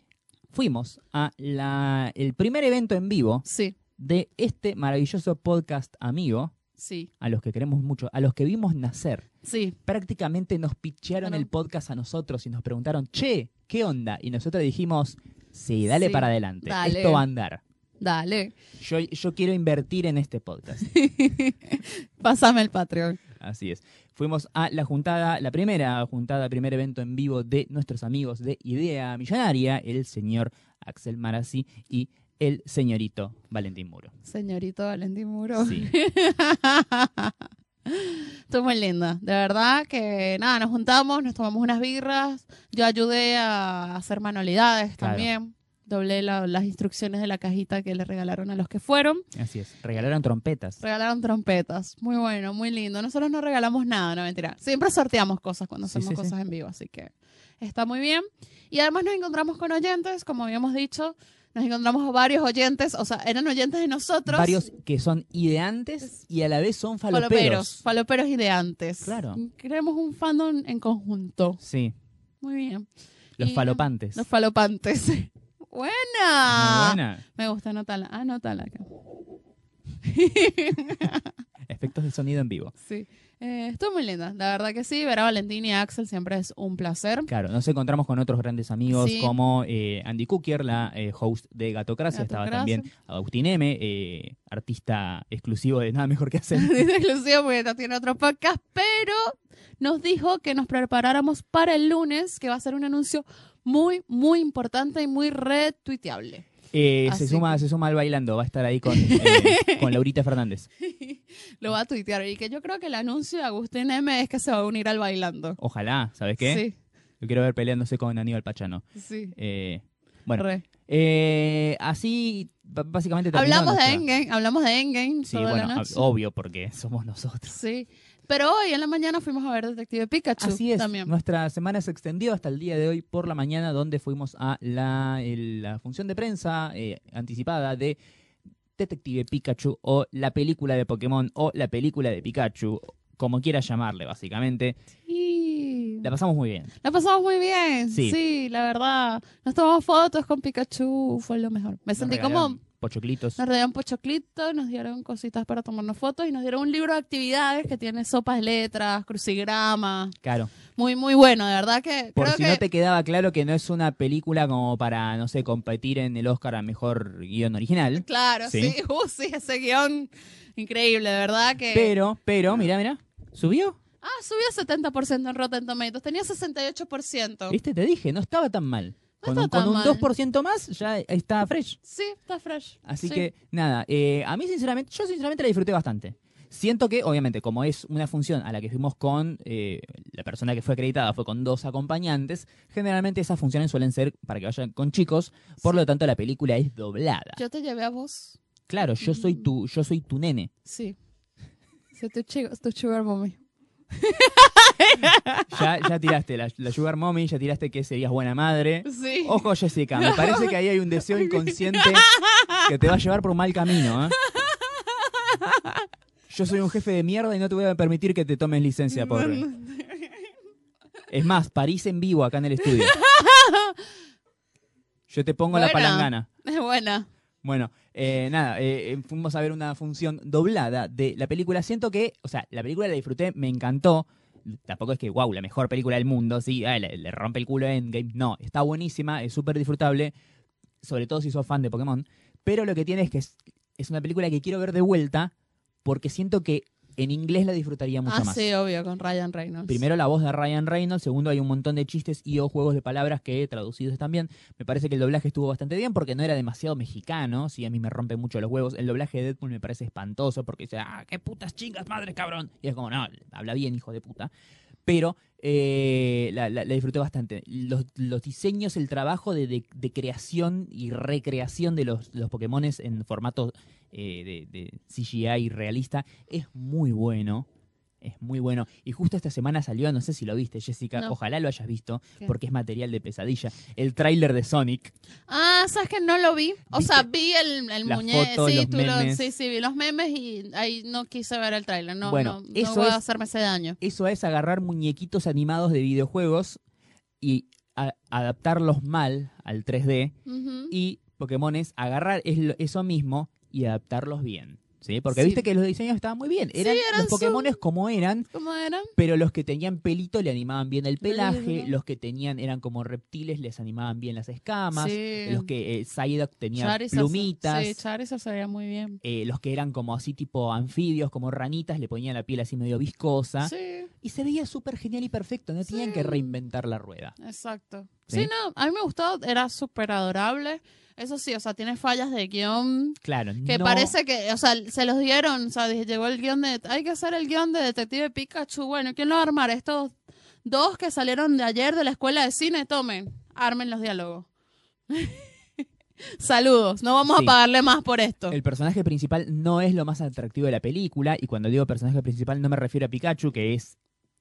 Speaker 1: fuimos a la, el primer evento en vivo
Speaker 2: Sí,
Speaker 1: de este maravilloso podcast amigo,
Speaker 2: sí,
Speaker 1: a los que queremos mucho, a los que vimos nacer.
Speaker 2: sí.
Speaker 1: Prácticamente nos pichearon
Speaker 2: Bueno.
Speaker 1: el podcast a nosotros y nos preguntaron, che, ¿qué onda? Y nosotros dijimos, sí, dale
Speaker 2: Sí,
Speaker 1: para adelante,
Speaker 2: dale.
Speaker 1: esto va a andar.
Speaker 2: Dale, [LAUGHS]
Speaker 1: Yo, yo quiero invertir en este podcast. [LAUGHS]
Speaker 2: pásame el Patreon.
Speaker 1: Así es. Fuimos a la juntada, la primera juntada, primer evento en vivo de nuestros amigos de Idea Millonaria, el señor Axel Marazzi y el señorito Valentín Muro.
Speaker 2: Señorito Valentín Muro.
Speaker 1: Sí.
Speaker 2: [LAUGHS] Estuvo muy linda. De verdad que nada, nos juntamos, nos tomamos unas birras. Yo ayudé a hacer manualidades
Speaker 1: Claro.
Speaker 2: también. Doblé la- las instrucciones de la cajita que le regalaron a los que fueron.
Speaker 1: Así es. Regalaron trompetas.
Speaker 2: Regalaron trompetas. Muy bueno, muy lindo. Nosotros no regalamos nada, no mentira. Siempre sorteamos cosas cuando
Speaker 1: Sí,
Speaker 2: hacemos
Speaker 1: sí, sí.
Speaker 2: cosas en vivo, así que está muy bien. Y además nos encontramos con oyentes, como habíamos dicho. Nos encontramos a varios oyentes, o sea, eran oyentes de nosotros.
Speaker 1: Varios que son ideantes y a la vez son
Speaker 2: Faloperos,
Speaker 1: faloperos.
Speaker 2: faloperos ideantes.
Speaker 1: Claro.
Speaker 2: Creemos un fandom en conjunto.
Speaker 1: Sí,
Speaker 2: Muy bien.
Speaker 1: los
Speaker 2: Y
Speaker 1: falopantes.
Speaker 2: Los falopantes. [LAUGHS] Buena. Ah.
Speaker 1: Muy buena.
Speaker 2: Me gusta anotarla. Ah, anótala acá.
Speaker 1: Efectos de sonido en vivo.
Speaker 2: Sí. Eh, estuvo muy linda. La verdad que sí, ver a Valentín y a Axel siempre es un placer. [LAUGHS]
Speaker 1: Claro, nos encontramos con otros grandes amigos
Speaker 2: Sí.
Speaker 1: como eh, Andy Cookier, la eh, host de Gatocracia, estaba
Speaker 2: Gatocracia.
Speaker 1: también Agustín M, eh, artista exclusivo de Nada Mejor que
Speaker 2: [LAUGHS]
Speaker 1: Hacer.
Speaker 2: Dice exclusivo porque no tiene otro podcast, pero nos dijo que nos preparáramos para el lunes, que va a ser un anuncio muy, muy importante y muy retuiteable.
Speaker 1: Eh,
Speaker 2: Así
Speaker 1: se suma,
Speaker 2: que-
Speaker 1: se suma al bailando, va a estar ahí con,
Speaker 2: [LAUGHS]
Speaker 1: eh, con Laurita Fernández.
Speaker 2: Lo va a tuitear. Y que yo creo que el anuncio de Agustín M es que se va a unir al bailando.
Speaker 1: Ojalá, ¿sabes qué? Lo quiero ver peleándose con Aníbal Pachano.
Speaker 2: Sí, sí.
Speaker 1: Eh, bueno,
Speaker 2: re.
Speaker 1: eh, así b- básicamente terminó
Speaker 2: Hablamos de
Speaker 1: nuestra-
Speaker 2: Endgame, hablamos de Endgame
Speaker 1: Sí,
Speaker 2: toda
Speaker 1: bueno, ah, oh.
Speaker 2: la
Speaker 1: ab-
Speaker 2: noche.
Speaker 1: obvio, porque somos nosotros.
Speaker 2: Sí. Pero hoy en la mañana fuimos a ver Detective Pikachu
Speaker 1: Así es,
Speaker 2: también.
Speaker 1: nuestra semana se extendió hasta el día de hoy por la mañana, donde fuimos a la, el- la función de prensa eh, anticipada de Detective Pikachu o la película de Pokémon o la película de Pikachu, como quiera llamarle, básicamente.
Speaker 2: Sí.
Speaker 1: La pasamos muy bien.
Speaker 2: La pasamos muy bien.
Speaker 1: Sí.
Speaker 2: Sí. la verdad. Nos tomamos fotos con Pikachu, fue lo mejor. Me
Speaker 1: Nos
Speaker 2: sentí como
Speaker 1: regalaron Pochoclitos.
Speaker 2: Nos dieron pochoclitos, nos dieron cositas para tomarnos fotos y nos dieron un libro de actividades que tiene sopas de letras, crucigramas.
Speaker 1: Claro.
Speaker 2: Muy, muy bueno, de verdad que
Speaker 1: Por
Speaker 2: creo
Speaker 1: si
Speaker 2: que...
Speaker 1: no te quedaba claro que no es una película como para, no sé, competir en el Oscar a mejor guión original.
Speaker 2: Claro,
Speaker 1: Sí.
Speaker 2: sí, [LAUGHS] Uh, sí, ese guión increíble, de verdad que...
Speaker 1: Pero, pero, mira, mira. ¿Subió?
Speaker 2: Ah, subió 70% en Rotten Tomatoes, tenía 68%.
Speaker 1: ¿Viste? Te dije, no estaba tan mal.
Speaker 2: No
Speaker 1: con un,
Speaker 2: está tan
Speaker 1: con un
Speaker 2: mal.
Speaker 1: 2% más ya está fresh.
Speaker 2: Sí, está fresh.
Speaker 1: Así
Speaker 2: Sí.
Speaker 1: que, nada, eh, a mí sinceramente, yo sinceramente la disfruté bastante. Siento que, obviamente, como es una función a la que fuimos con eh, la persona que fue acreditada, fue con dos acompañantes, generalmente esas funciones suelen ser para que vayan con chicos, por lo tanto la película es doblada.
Speaker 2: Yo Mm. te llevé a vos.
Speaker 1: Claro, yo soy tu, yo soy tu nene.
Speaker 2: Sí. Sí, tu, chico, tu sugar mommy.
Speaker 1: Ya, ya tiraste la, la Sugar Mommy, ya tiraste que serías buena madre.
Speaker 2: Sí.
Speaker 1: Ojo, Jessica, me parece que ahí hay un deseo inconsciente que te va a llevar por un mal camino. ¿eh? Yo soy un jefe de mierda y no te voy a permitir que te tomes licencia, pobre. Es más, París en vivo acá en el estudio. Yo te pongo la
Speaker 2: Buena.
Speaker 1: palangana.
Speaker 2: [LAUGHS] Es buena.
Speaker 1: Bueno, eh, nada, eh, eh, fuimos a ver una función doblada de la película. Siento que, o sea, la película la disfruté, me encantó. Tampoco es que, wow, la mejor película del mundo, sí, ah, le, le rompe el culo a Endgame. No, está buenísima, es súper disfrutable, sobre todo si sos fan de Pokémon. Pero lo que tiene es que es, es una película que quiero ver de vuelta porque siento que en inglés la disfrutaría mucho
Speaker 2: ah,
Speaker 1: más.
Speaker 2: sí, obvio, con Ryan Reynolds.
Speaker 1: Primero la voz de Ryan Reynolds, segundo hay un montón de chistes y o juegos de palabras que traducidos están bien. Me parece que el doblaje estuvo bastante bien porque no era demasiado mexicano, sí, a mí me rompe mucho los huevos. El doblaje de Deadpool me parece espantoso porque dice, ah, qué putas chingas, madre cabrón. Y es como, no, habla bien, hijo de puta. Pero eh, la, la- la disfruté bastante. Los, los diseños, el trabajo de, de- de creación y recreación de los, los Pokémones en formato eh, de, de CGI realista es muy bueno. Es muy bueno. Y justo esta semana salió, no sé si lo viste, Jessica,
Speaker 2: No.
Speaker 1: ojalá lo hayas visto,
Speaker 2: ¿Qué?
Speaker 1: porque es material de pesadilla. El tráiler de Sonic.
Speaker 2: Ah, sabes que no lo vi. O
Speaker 1: ¿Viste?
Speaker 2: sea, vi el, el
Speaker 1: La
Speaker 2: muñeco.
Speaker 1: foto,
Speaker 2: Sí,
Speaker 1: los
Speaker 2: tú lo-
Speaker 1: memes.
Speaker 2: sí, sí, vi los memes y ahí no quise ver el tráiler. No,
Speaker 1: Bueno,
Speaker 2: no,
Speaker 1: eso
Speaker 2: no voy
Speaker 1: es-
Speaker 2: a hacerme ese daño.
Speaker 1: Eso es agarrar muñequitos animados de videojuegos y a- adaptarlos mal al 3D.
Speaker 2: Ujú.
Speaker 1: Y Pokémon es agarrar es lo- eso mismo y adaptarlos bien. ¿Sí? Porque
Speaker 2: Sí.
Speaker 1: viste que los diseños estaban muy bien.
Speaker 2: Sí,
Speaker 1: Eran,
Speaker 2: eran
Speaker 1: los
Speaker 2: su-
Speaker 1: Pokémon como eran,
Speaker 2: ¿Cómo era?
Speaker 1: pero los que tenían pelito le animaban bien el pelaje,
Speaker 2: Ujú.
Speaker 1: los que tenían eran como reptiles les animaban bien las escamas,
Speaker 2: Sí.
Speaker 1: los que eh, Psyduck tenía
Speaker 2: Charizard se-
Speaker 1: plumitas.
Speaker 2: Sí, Charizard se veía muy bien.
Speaker 1: eh, los que eran como así tipo anfibios, como ranitas, le ponían la piel así medio viscosa.
Speaker 2: Sí,
Speaker 1: Y se veía súper genial y perfecto, no tenían que reinventar la rueda.
Speaker 2: exacto.
Speaker 1: Sí.
Speaker 2: Sí, no, a mí me gustó, era súper adorable. Eso sí, o sea, tiene fallas de guión
Speaker 1: Claro,
Speaker 2: que
Speaker 1: no-
Speaker 2: parece que, o sea, se los dieron, o sea, dije, llegó el guión de, hay que hacer el guión de Detective Pikachu, bueno, ¿quién lo va a armar? Estos dos que salieron de ayer de la escuela de cine, tomen, armen los diálogos. [LAUGHS] Saludos, no vamos
Speaker 1: Sí.
Speaker 2: a pagarle más por esto.
Speaker 1: El personaje principal no es lo más atractivo de la película, y cuando digo personaje principal no me refiero a Pikachu, que es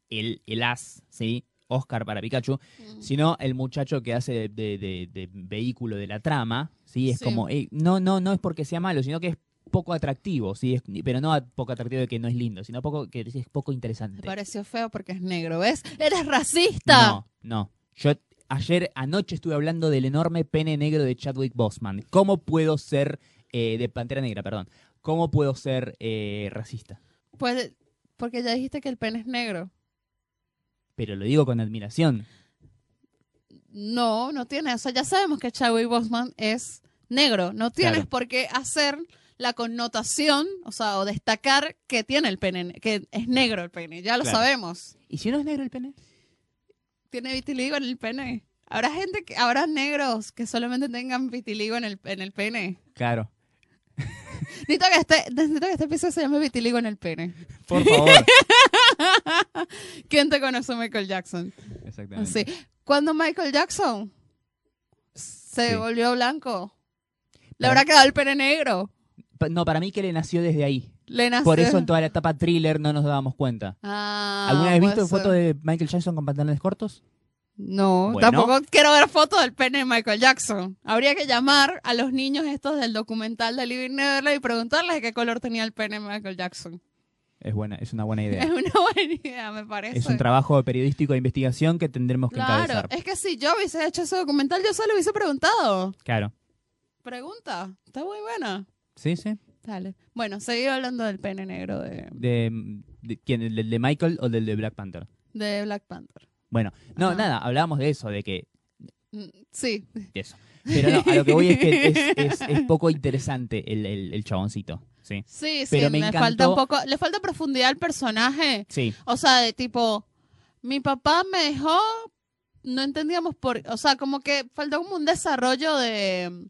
Speaker 1: el, el as, ¿sí? Oscar para Pikachu,
Speaker 2: Mm.
Speaker 1: sino el muchacho que hace de, de- de- de vehículo de la trama, ¿sí? Es
Speaker 2: Sí.
Speaker 1: como, eh, no, no, no es porque sea malo, sino que es poco atractivo, ¿sí? Es- pero no a- poco atractivo de que no es lindo, sino poco que es poco
Speaker 2: Me
Speaker 1: interesante.
Speaker 2: pareció feo porque es negro, ¿ves? ¡Eres racista!
Speaker 1: No, no. Yo ayer, anoche estuve hablando del enorme pene negro de Chadwick Boseman. ¿Cómo puedo ser, eh, de Pantera Negra, perdón, cómo puedo ser eh, racista?
Speaker 2: Pues, porque ya dijiste que el pene es negro.
Speaker 1: Pero lo digo con admiración.
Speaker 2: No, no tiene. O sea, ya sabemos que Chadwick Boseman es negro. No tienes
Speaker 1: Claro.
Speaker 2: por qué hacer la connotación, o sea, o destacar que tiene el pene, ne- que es negro el pene. Ya lo
Speaker 1: Claro.
Speaker 2: sabemos.
Speaker 1: ¿Y si no es negro el pene?
Speaker 2: Tiene vitiligo en el pene. Habrá gente que, habrá negros que solamente tengan vitiligo en el, en el pene.
Speaker 1: Claro.
Speaker 2: Necesito que este, necesito que este episodio se llame vitiligo en el pene.
Speaker 1: Por favor.
Speaker 2: ¿Quién te conoce Michael Jackson?
Speaker 1: Exactamente.
Speaker 2: Sí. ¿Cuándo Michael Jackson se
Speaker 1: Sí.
Speaker 2: volvió blanco? Le
Speaker 1: Para-
Speaker 2: habrá quedado el pene negro.
Speaker 1: Pa- No, para mí que le nació desde ahí.
Speaker 2: Le nació-
Speaker 1: Por eso en toda la etapa thriller no nos dábamos cuenta.
Speaker 2: Ah,
Speaker 1: ¿Alguna vez
Speaker 2: puede
Speaker 1: visto
Speaker 2: ser.
Speaker 1: fotos de Michael Jackson con pantalones cortos?
Speaker 2: No,
Speaker 1: Bueno.
Speaker 2: tampoco quiero ver fotos del pene de Michael Jackson. Habría que llamar a los niños estos del documental de Living Neverland y preguntarles de qué color tenía el pene de Michael Jackson.
Speaker 1: Es buena, es una buena
Speaker 2: Es [LAUGHS]
Speaker 1: idea.
Speaker 2: una buena idea, me parece.
Speaker 1: es un trabajo periodístico de investigación que tendremos que
Speaker 2: Claro,
Speaker 1: encabezar.
Speaker 2: es que si yo hubiese hecho ese documental, yo se lo hubiese preguntado.
Speaker 1: Claro.
Speaker 2: Pregunta, está muy buena.
Speaker 1: Sí, sí.
Speaker 2: Dale. Bueno, seguí hablando del pene negro de,
Speaker 1: de, de- quién el del de Michael o del de Black Panther
Speaker 2: de Black Panther.
Speaker 1: bueno no
Speaker 2: Ajá.
Speaker 1: nada hablábamos de eso de que
Speaker 2: Mm, Sí,
Speaker 1: de eso pero no a lo que voy es
Speaker 2: [LAUGHS]
Speaker 1: que es, es- es poco interesante el, el, el chaboncito sí
Speaker 2: sí, sí.
Speaker 1: Pero me
Speaker 2: le falta un
Speaker 1: encantó-
Speaker 2: poco, le falta profundidad al personaje.
Speaker 1: sí
Speaker 2: O sea, de tipo, mi papá me dejó, no entendíamos por, o sea, como que faltó como un desarrollo de,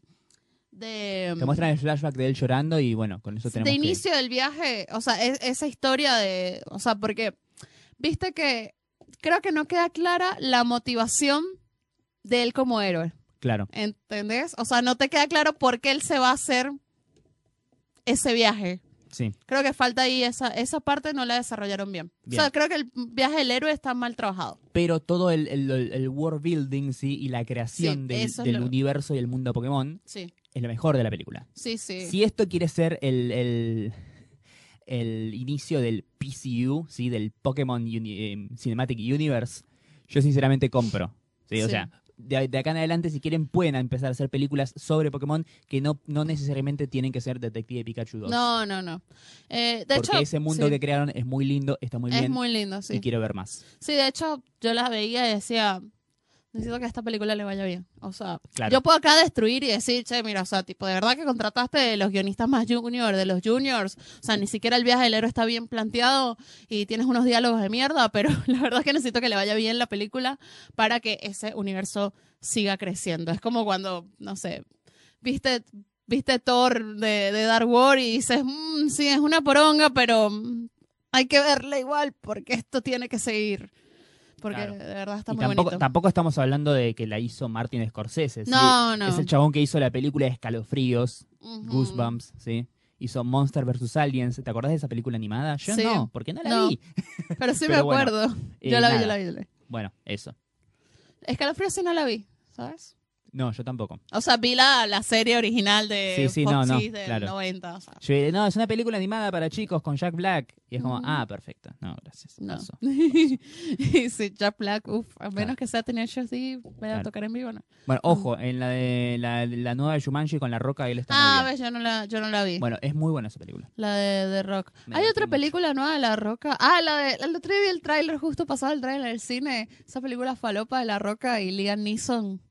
Speaker 2: de,
Speaker 1: te muestran el flashback de él llorando y bueno con eso tenemos
Speaker 2: Um, de
Speaker 1: que-
Speaker 2: inicio del viaje, o sea, es- esa historia de, o sea, porque, viste que creo que no queda clara la motivación de él como héroe,
Speaker 1: claro
Speaker 2: ¿entendés? O sea, no te queda claro por qué él se va a hacer ese viaje.
Speaker 1: Sí.
Speaker 2: Creo que falta ahí esa, esa parte, no la desarrollaron bien.
Speaker 1: Bien.
Speaker 2: O sea, creo que el viaje del héroe está mal trabajado.
Speaker 1: Pero todo el, el, el- el world building, sí, y la creación
Speaker 2: Sí,
Speaker 1: del,
Speaker 2: eso es
Speaker 1: del
Speaker 2: lo-
Speaker 1: universo y el mundo Pokémon
Speaker 2: Sí,
Speaker 1: es lo mejor de la película.
Speaker 2: sí, sí.
Speaker 1: Si esto quiere ser el, el, el inicio del PCU, ¿sí? del Pokémon Uni- eh, Cinematic Universe, yo sinceramente compro. ¿sí? O
Speaker 2: Sí.
Speaker 1: sea, de, de acá en adelante, si quieren, pueden empezar a hacer películas sobre Pokémon que no, no necesariamente tienen que ser Detective Pikachu 2.
Speaker 2: No, no, no. Eh, de
Speaker 1: porque
Speaker 2: hecho,
Speaker 1: ese mundo
Speaker 2: sí,
Speaker 1: que crearon es muy lindo, está muy
Speaker 2: es
Speaker 1: bien
Speaker 2: muy lindo, sí.
Speaker 1: y quiero ver más.
Speaker 2: Sí, de hecho, yo la veía y decía, necesito que a esta película le vaya bien. O sea,
Speaker 1: Claro.
Speaker 2: yo puedo acá destruir y decir, che, mira, o sea, tipo, de verdad que contrataste de los guionistas más juniors, de los juniors. O sea, ni siquiera el viaje del héroe está bien planteado y tienes unos diálogos de mierda, [LAUGHS] pero la verdad que necesito que le vaya bien la película para que ese universo siga creciendo. Es como cuando, no sé, viste... Viste Thor de, de Dark War y dices, "Mm, sí, es una poronga, pero mm, hay que verla igual porque esto tiene que seguir. Porque
Speaker 1: Claro.
Speaker 2: de verdad está
Speaker 1: Y
Speaker 2: muy
Speaker 1: tampoco,
Speaker 2: bonito.
Speaker 1: tampoco estamos hablando de que la hizo Martin Scorsese. ¿sí?
Speaker 2: No, no.
Speaker 1: Es el chabón que hizo la película de Escalofríos,
Speaker 2: Ujú.
Speaker 1: Goosebumps, ¿sí? Hizo Monster vs. Aliens. ¿Te acordás de esa película animada? Yo
Speaker 2: Sí.
Speaker 1: no, porque no la
Speaker 2: No.
Speaker 1: vi.
Speaker 2: Pero sí me
Speaker 1: Pero bueno,
Speaker 2: acuerdo.
Speaker 1: Eh,
Speaker 2: yo, la vi,
Speaker 1: nada.
Speaker 2: yo la vi, yo la vi.
Speaker 1: Bueno, eso.
Speaker 2: Escalofríos sí no la vi, ¿sabes?
Speaker 1: No, yo tampoco.
Speaker 2: O sea, vi la, la serie original de
Speaker 1: Sí, sí, no,
Speaker 2: Fox
Speaker 1: no,
Speaker 2: Kids del
Speaker 1: claro.
Speaker 2: 90. o sea,
Speaker 1: Yo diré, no, es una película animada para chicos con Jack Black. Y es como,
Speaker 2: Ujú.
Speaker 1: ah, perfecto. No, gracias.
Speaker 2: no.
Speaker 1: Paso.
Speaker 2: [LAUGHS] Y sí, Jack Black, uff, a menos
Speaker 1: Claro.
Speaker 2: que sea tener yo sí, voy
Speaker 1: Claro.
Speaker 2: a tocar en vivo, ¿no?
Speaker 1: Bueno, ojo, en la de la, la nueva de Jumanji con la roca, él está
Speaker 2: ah,
Speaker 1: muy bien.
Speaker 2: ves, yo no la, yo no la vi.
Speaker 1: Bueno, es muy buena esa película.
Speaker 2: La de, de Rock.
Speaker 1: Me
Speaker 2: Hay
Speaker 1: divertí
Speaker 2: otra
Speaker 1: mucho.
Speaker 2: película nueva de La Roca. Ah, la de. El otro día vi el tráiler, justo pasado el tráiler del cine. Esa película falopa de La Roca y Liam Neeson.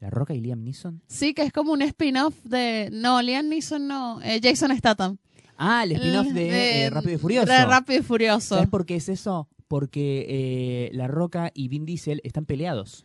Speaker 1: La roca y Liam Neeson.
Speaker 2: Sí, que es como un spin-off de. No, Liam Neeson no. eh, Jason Statham.
Speaker 1: Ah, el spin-off de,
Speaker 2: De-
Speaker 1: eh, Rápido y Furioso.
Speaker 2: De Rápido y Furioso.
Speaker 1: ¿Sabes por qué es eso? Porque eh, La Roca y Vin Diesel están peleados,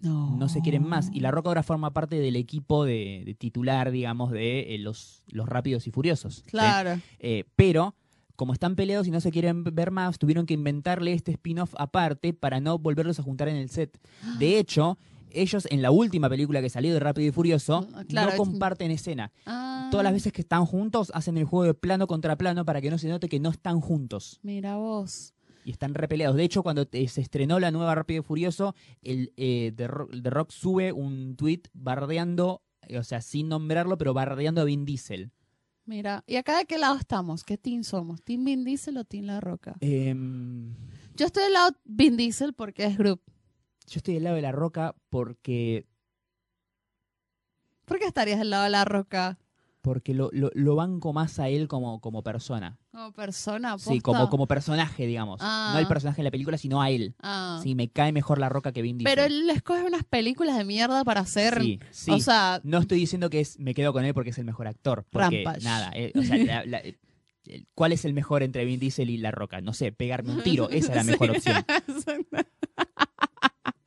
Speaker 2: No.
Speaker 1: no se quieren más. Y La Roca ahora forma parte del equipo de, de titular, digamos, de eh, los, los Rápidos y Furiosos. ¿sí?
Speaker 2: Claro.
Speaker 1: Eh, pero, como están peleados y no se quieren ver más, tuvieron que inventarle este spin-off aparte para no volverlos a juntar en el set. De hecho, ellos en la última película que salió de Rápido y Furioso
Speaker 2: Ah, claro,
Speaker 1: no
Speaker 2: es-
Speaker 1: comparten escena.
Speaker 2: Ah,
Speaker 1: Todas las veces que están juntos hacen el juego de plano contra plano para que no se note que no están juntos.
Speaker 2: Mira vos.
Speaker 1: y están repeleados. De hecho, cuando eh, se estrenó la nueva Rápido y Furioso, el eh, The, Rock, The Rock sube un tweet bardeando, eh, o sea, sin nombrarlo, pero bardeando a Vin Diesel.
Speaker 2: Mira. ¿Y acá de qué lado estamos? ¿Qué team somos? ¿Team Vin Diesel o Team La Roca?
Speaker 1: Em,
Speaker 2: Yo estoy del lado Vin Diesel porque es group.
Speaker 1: yo estoy del lado de la roca porque
Speaker 2: ¿Por qué estarías del lado de La Roca?
Speaker 1: porque lo, lo- lo banco más a él como, como persona.
Speaker 2: Como persona.
Speaker 1: Sí,
Speaker 2: posta.
Speaker 1: como, como personaje, digamos.
Speaker 2: Ah.
Speaker 1: No el personaje de la película, sino a él.
Speaker 2: Ah.
Speaker 1: Sí, me cae mejor la roca que Vin Diesel.
Speaker 2: Pero él escoge unas películas de mierda para hacer.
Speaker 1: Sí, sí.
Speaker 2: O sea,
Speaker 1: No estoy diciendo que es, me quedo con él porque es el mejor actor. Porque
Speaker 2: Rampage.
Speaker 1: nada, eh, o sea, la- la- eh, ¿cuál es el mejor entre Vin Diesel y La Roca? No sé, pegarme un tiro, esa es la
Speaker 2: [LAUGHS] Sí.
Speaker 1: mejor opción.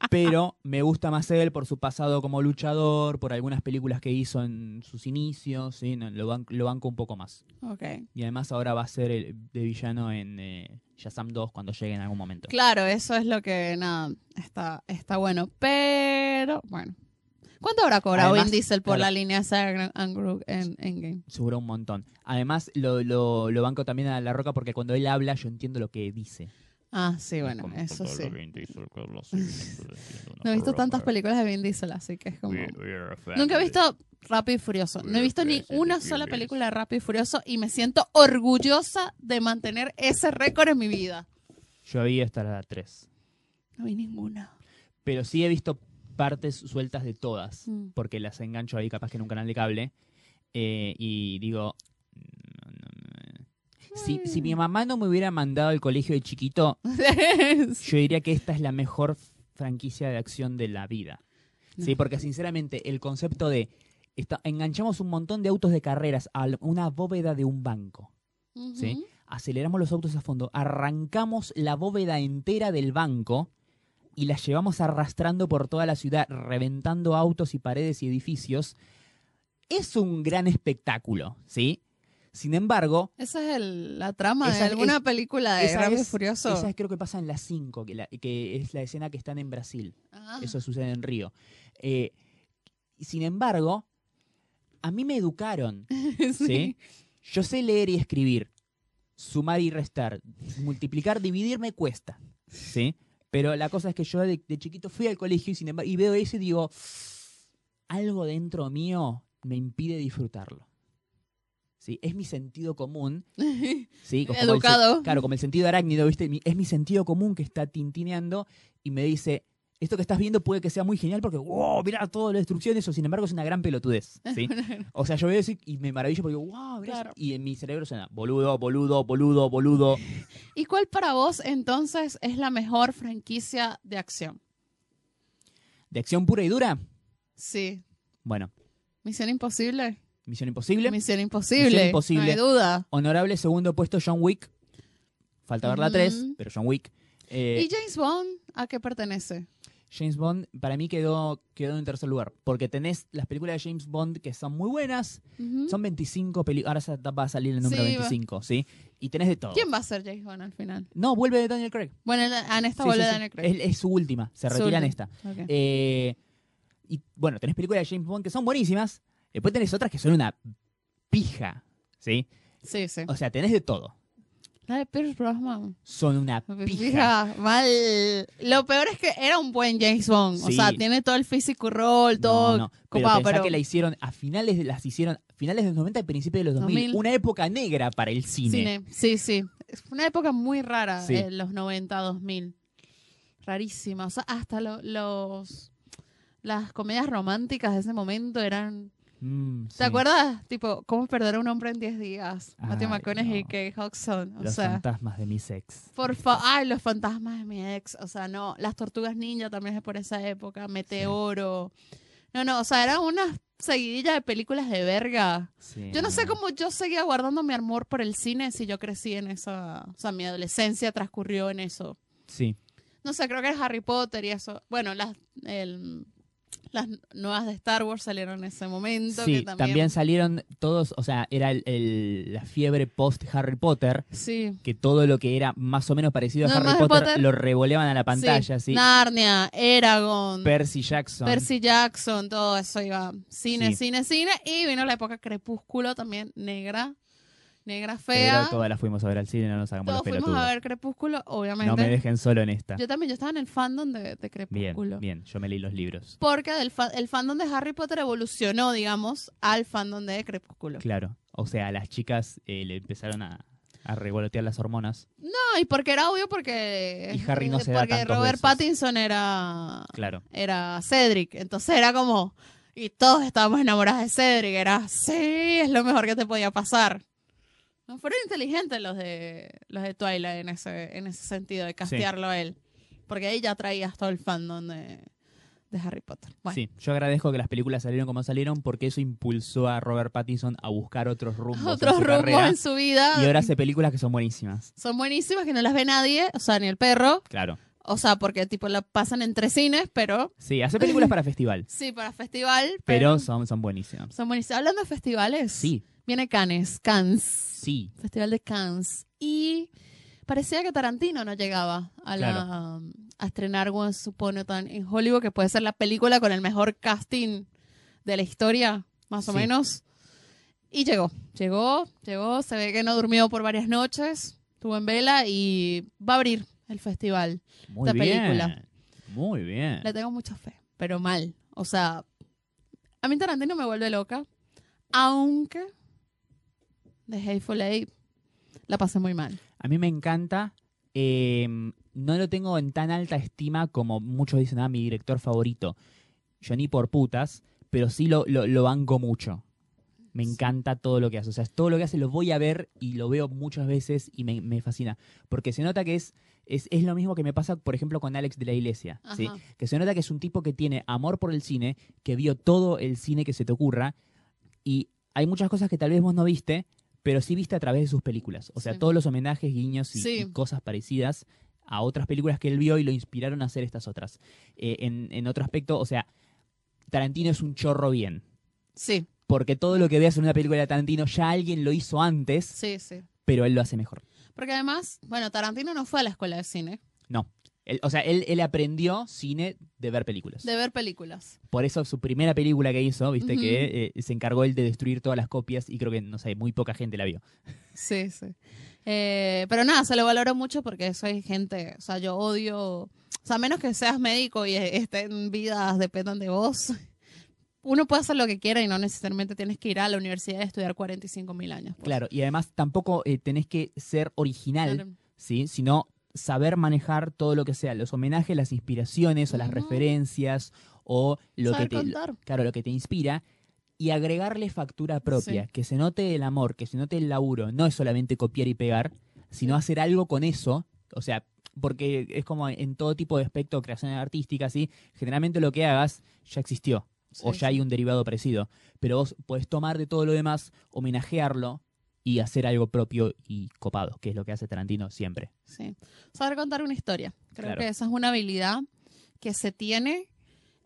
Speaker 1: Pero me gusta más él por su pasado como luchador, por algunas películas que hizo en sus inicios, ¿sí? No, lo, ban- lo banco un poco más.
Speaker 2: Ok.
Speaker 1: Y además ahora va a ser el, de villano en eh, Shazam 2 cuando llegue en algún momento.
Speaker 2: Claro, eso es lo que nada, está, está bueno. Pero, bueno. ¿Cuánto habrá cobrado
Speaker 1: Además,
Speaker 2: Vin Diesel por
Speaker 1: claro.
Speaker 2: la línea Sagan and Groot en Endgame?
Speaker 1: Seguro un montón. Además, lo, lo- lo banco también a La Roca porque cuando él habla yo entiendo lo que dice.
Speaker 2: Ah, sí, bueno, eso sí. [LAUGHS] No he visto tantas películas de Vin Diesel, así que es como. Nunca he visto Rápido y Furioso. No he visto ni una sola película de Rápido y Furioso y me siento orgullosa de mantener ese récord en mi vida.
Speaker 1: Yo vi hasta la 3.
Speaker 2: No vi ninguna.
Speaker 1: pero sí he visto partes sueltas de todas,
Speaker 2: Mm. [LAUGHS]
Speaker 1: porque las engancho ahí capaz que en un canal de cable, eh, y digo... no, no, no. Si, si
Speaker 2: Mm.
Speaker 1: mi mamá no me hubiera mandado al colegio de chiquito, yo diría que esta es la mejor franquicia de acción de la vida. Sí,
Speaker 2: No.
Speaker 1: porque sinceramente el concepto de esta- enganchamos un montón de autos de carreras a una bóveda de un banco, Sí.
Speaker 2: Ujú.
Speaker 1: aceleramos los autos a fondo, arrancamos la bóveda entera del banco y la llevamos arrastrando por toda la ciudad, reventando autos y paredes y edificios. Es un gran espectáculo, ¿sí? Sin embargo,
Speaker 2: Esa es el- la trama
Speaker 1: Esa es-
Speaker 2: de alguna película de
Speaker 1: esa
Speaker 2: Ah, Rápido y
Speaker 1: es-
Speaker 2: Furioso.
Speaker 1: esa creo que pasa en las 5, que, la- que es la escena que están en Brasil.
Speaker 2: Ah. [LAUGHS]
Speaker 1: Eso sucede en Río.
Speaker 2: [LAUGHS]
Speaker 1: Eh, sin embargo, a mí me educaron, ¿sí? Yo sé leer y escribir, sumar y restar, multiplicar, dividir me cuesta. ¿Sí? Pero la cosa es que yo de, de chiquito fui al colegio y, sin embargo, y veo eso y digo, algo dentro mío me impide disfrutarlo. ¿Sí? Es mi sentido común.
Speaker 2: [LAUGHS]
Speaker 1: ¿sí? Como el
Speaker 2: Educado.
Speaker 1: sen- claro, como el sentido arácnido, ¿viste? Mi- Es mi sentido común que está tintineando y me dice, esto que estás viendo puede que sea muy genial porque, wow, mirá toda la destrucción, eso sin embargo es una gran
Speaker 2: [LAUGHS]
Speaker 1: pelotudez. ¿sí? O sea, yo veo eso y- y me maravillo porque, wow, mirá,
Speaker 2: Claro.
Speaker 1: y en mi cerebro suena, boludo, boludo, boludo, boludo.
Speaker 2: ¿Y cuál para vos entonces es la mejor franquicia de acción?
Speaker 1: ¿De acción pura y dura?
Speaker 2: Sí.
Speaker 1: Bueno,
Speaker 2: Misión imposible.
Speaker 1: Misión Imposible.
Speaker 2: Misión imposible.
Speaker 1: Misión Imposible.
Speaker 2: No hay duda.
Speaker 1: Honorable segundo puesto, John Wick. Falta ver la
Speaker 2: Ujú.
Speaker 1: 3, pero John Wick. Eh,
Speaker 2: Mm. ¿Y James Bond a qué pertenece?
Speaker 1: James Bond para mí quedó, quedó en tercer lugar. Porque tenés las películas de James Bond que son muy buenas.
Speaker 2: Ujú.
Speaker 1: Son 25 películas. Ahora sa- va a salir el número
Speaker 2: Sí, va.
Speaker 1: 25, ¿sí? Y tenés de todo.
Speaker 2: ¿Quién va a ser James Bond al final?
Speaker 1: No, vuelve Daniel Craig.
Speaker 2: Bueno, en- en
Speaker 1: Sí, sí,
Speaker 2: esta bola
Speaker 1: sí.
Speaker 2: de Daniel Craig.
Speaker 1: Es, es su última. Se
Speaker 2: Su
Speaker 1: retira en
Speaker 2: última.
Speaker 1: esta.
Speaker 2: Ok.
Speaker 1: Eh, y bueno, tenés películas de James Bond que son buenísimas. Después tenés otras que son una pija, ¿sí?
Speaker 2: sí, sí.
Speaker 1: O sea, tenés de todo.
Speaker 2: La de Pierce Brosnan.
Speaker 1: Son una pija.
Speaker 2: Fija, mal. Lo peor es que era un buen James Bond. O
Speaker 1: Sí.
Speaker 2: sea, tiene todo el físico roll, todo.
Speaker 1: No, no, Pero
Speaker 2: copado,
Speaker 1: pensá
Speaker 2: pero-
Speaker 1: que la hicieron a finales de las hicieron a finales de los 90 y principios de los 2000,
Speaker 2: 2000.
Speaker 1: una época negra para el cine.
Speaker 2: Cine, Sí, sí. Es una época muy rara,
Speaker 1: Sí.
Speaker 2: eh, los 90, 2000. Rarísima. O sea, hasta lo- los. Las comedias románticas de ese momento eran.
Speaker 1: Mm,
Speaker 2: ¿Te
Speaker 1: sí.
Speaker 2: acuerdas? Tipo, ¿cómo perder a un hombre en 10 días? Matthew
Speaker 1: Ay,
Speaker 2: McConaughey y
Speaker 1: no.
Speaker 2: Kate Hudson. O
Speaker 1: Los
Speaker 2: sea,
Speaker 1: fantasmas de mis ex.
Speaker 2: por favor. Ay, los fantasmas de mi ex. O sea, no. Las tortugas ninja también es por esa época. Meteoro. No, no. O sea, eran unas seguidillas de películas de verga.
Speaker 1: Sí,
Speaker 2: Yo no sé
Speaker 1: no.
Speaker 2: cómo yo seguía guardando mi amor por el cine si yo crecí en esa. O sea, mi adolescencia transcurrió en eso.
Speaker 1: Sí.
Speaker 2: No sé, creo que es Harry Potter y eso. Bueno, las, el- las nuevas de Star Wars salieron en ese momento.
Speaker 1: Sí,
Speaker 2: que
Speaker 1: también...
Speaker 2: también,
Speaker 1: salieron todos, o sea, era el- el- la fiebre post Harry Potter,
Speaker 2: Sí.
Speaker 1: que todo lo que era más o menos parecido a
Speaker 2: No,
Speaker 1: Harry
Speaker 2: más
Speaker 1: Potter,
Speaker 2: Potter.
Speaker 1: lo revoleaban a la pantalla, sí.
Speaker 2: Narnia, Eragon,
Speaker 1: Percy Jackson.
Speaker 2: Percy Jackson, todo eso iba. Cine,
Speaker 1: Sí.
Speaker 2: cine, cine. Y vino la época Crepúsculo también, negra. Negra fea.
Speaker 1: pero todas las fuimos a ver al cine, no nos hagamos
Speaker 2: Todos
Speaker 1: los
Speaker 2: fuimos
Speaker 1: pelotudos.
Speaker 2: a ver Crepúsculo, obviamente.
Speaker 1: no me dejen solo en esta.
Speaker 2: Yo también, yo estaba en el fandom de, de
Speaker 1: Bien,
Speaker 2: Crepúsculo.
Speaker 1: bien, yo me leí los libros.
Speaker 2: Porque del fa- el fandom de Harry Potter evolucionó, digamos, al fandom de Crepúsculo.
Speaker 1: Claro. O sea, las chicas eh, le empezaron a, a revolotear las hormonas.
Speaker 2: No, Ah, y porque era obvio porque...
Speaker 1: Y Harry no se da
Speaker 2: Porque
Speaker 1: tantos
Speaker 2: Robert
Speaker 1: besos.
Speaker 2: Pattinson era,
Speaker 1: Claro.
Speaker 2: era Cedric, entonces era como... Y todos estábamos enamorados de Cedric, era... Sí, es lo mejor que te podía pasar. No fueron inteligentes los de, los de Twilight en ese, en ese sentido, de castearlo a él. Porque ahí ya traías todo el fandom de, de Harry Potter. Bueno.
Speaker 1: Sí, yo agradezco que las películas salieron como salieron porque eso impulsó a Robert Pattinson a buscar otros rumbos. en
Speaker 2: Otros
Speaker 1: su
Speaker 2: rumbos
Speaker 1: carrera,
Speaker 2: en su vida.
Speaker 1: Y ahora hace películas que son buenísimas.
Speaker 2: son buenísimas que no las ve nadie, o sea, ni el perro,
Speaker 1: Claro.
Speaker 2: o sea, porque tipo la pasan entre cines, pero
Speaker 1: Sí, hace películas para [LAUGHS] festival,
Speaker 2: sí, para festival, pero,
Speaker 1: pero son, son buenísimas.
Speaker 2: son buenísimas. Hablando de festivales,
Speaker 1: Sí,
Speaker 2: viene Cannes, Cannes,
Speaker 1: sí.
Speaker 2: Festival de Cannes y parecía que Tarantino no llegaba a la a estrenar Once Upon a Time en Hollywood, que puede ser la película con el mejor casting de la historia, más o
Speaker 1: Sí.
Speaker 2: menos. Y llegó, llegó, llegó, se ve que no durmió por varias noches, estuvo en vela y va a abrir el festival.
Speaker 1: Muy
Speaker 2: Esta
Speaker 1: bien.
Speaker 2: película.
Speaker 1: Muy bien.
Speaker 2: Le tengo mucha fe, pero mal. O sea, a mí Tarantino me vuelve loca, aunque de Hateful Eight la pasé muy mal.
Speaker 1: A mí me encanta. eh, no lo tengo en tan alta estima como muchos dicen, ah, mi director favorito. Yo ni por putas, pero sí lo, lo, lo banco mucho. Me encanta todo lo que hace. O sea, es todo lo que hace lo voy a ver y lo veo muchas veces y me, me fascina. Porque se nota que es, es, es lo mismo que me pasa, por ejemplo, con Alex de la Iglesia. ¿sí?
Speaker 2: Ajá.
Speaker 1: Que se nota que es un tipo que tiene amor por el cine, que vio todo el cine que se te ocurra y hay muchas cosas que tal vez vos no viste, pero sí viste a través de sus películas. O sea,
Speaker 2: Sí.
Speaker 1: todos los homenajes, guiños y,
Speaker 2: Sí.
Speaker 1: y cosas parecidas a otras películas que él vio y lo inspiraron a hacer estas otras. Eh, en, en otro aspecto, o sea, Tarantino es un chorro bien.
Speaker 2: Sí,
Speaker 1: Porque todo lo que veas en una película de Tarantino ya alguien lo hizo antes,
Speaker 2: sí, sí.
Speaker 1: pero él lo hace mejor.
Speaker 2: Porque además, bueno, Tarantino no fue a la escuela de cine.
Speaker 1: No. Él- o sea, él, él aprendió cine de ver películas.
Speaker 2: de ver películas.
Speaker 1: Por eso su primera película que hizo, viste,
Speaker 2: Ujú.
Speaker 1: que eh, se encargó él de destruir todas las copias y creo que, no sé, muy poca gente la vio.
Speaker 2: Sí, sí. Eh, pero nada, se lo valoro mucho porque eso hay gente, o sea, yo odio, o sea, a menos que seas médico y eh, estén vidas dependan de vos, [LAUGHS] uno puede hacer lo que quiera y no necesariamente tienes que ir a la universidad y estudiar 45 mil años. pues.
Speaker 1: Claro, y además tampoco eh, tenés que ser original,
Speaker 2: Claro.
Speaker 1: ¿sí? Sino saber manejar todo lo que sea, los homenajes, las inspiraciones o las
Speaker 2: Ujú.
Speaker 1: referencias o lo
Speaker 2: Saber
Speaker 1: que te,
Speaker 2: contar.
Speaker 1: claro, lo que te inspira y agregarle factura propia, que se note el amor, que se note el laburo, no es solamente copiar y pegar, sino hacer algo con eso, o sea, porque es como en todo tipo de aspecto creación artística, ¿sí? Generalmente lo que hagas ya existió o ya
Speaker 2: Sí, sí.
Speaker 1: hay un derivado parecido, pero vos podés tomar de todo lo demás, homenajearlo y hacer algo propio y copado, que es lo que hace Tarantino siempre.
Speaker 2: Sí. Saber contar una historia. Creo
Speaker 1: Claro.
Speaker 2: que esa es una habilidad que se tiene,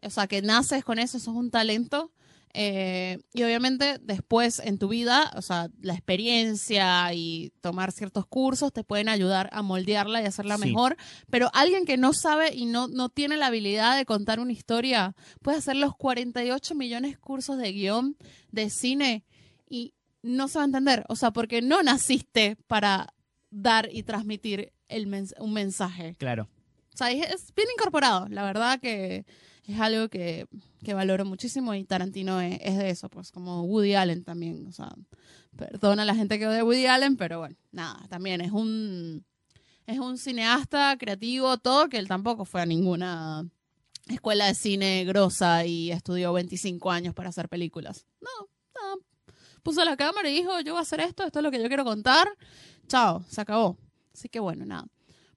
Speaker 2: o sea, que naces con eso, eso es un talento. Eh, y obviamente después en tu vida, o sea, la experiencia y tomar ciertos cursos te pueden ayudar a moldearla y hacerla
Speaker 1: Sí.
Speaker 2: mejor. Pero alguien que no sabe y no, no tiene la habilidad de contar una historia, puede hacer los 48 millones de cursos de guión, de cine, y no se va a entender. O sea, porque no naciste para dar y transmitir el mens- un mensaje.
Speaker 1: Claro.
Speaker 2: O sea, es, es bien incorporado. La verdad que es algo que, que valoro muchísimo y Tarantino es, es de eso, pues como Woody Allen también. O sea, perdona a la gente que odia a Woody Allen, pero bueno, nada, también es un, es un cineasta creativo, todo, que él tampoco fue a ninguna escuela de cine grosa y estudió 25 años para hacer películas. No, no. Puso la cámara y dijo, yo voy a hacer esto, esto es lo que yo quiero contar. Chao, se acabó. Así que bueno, nada.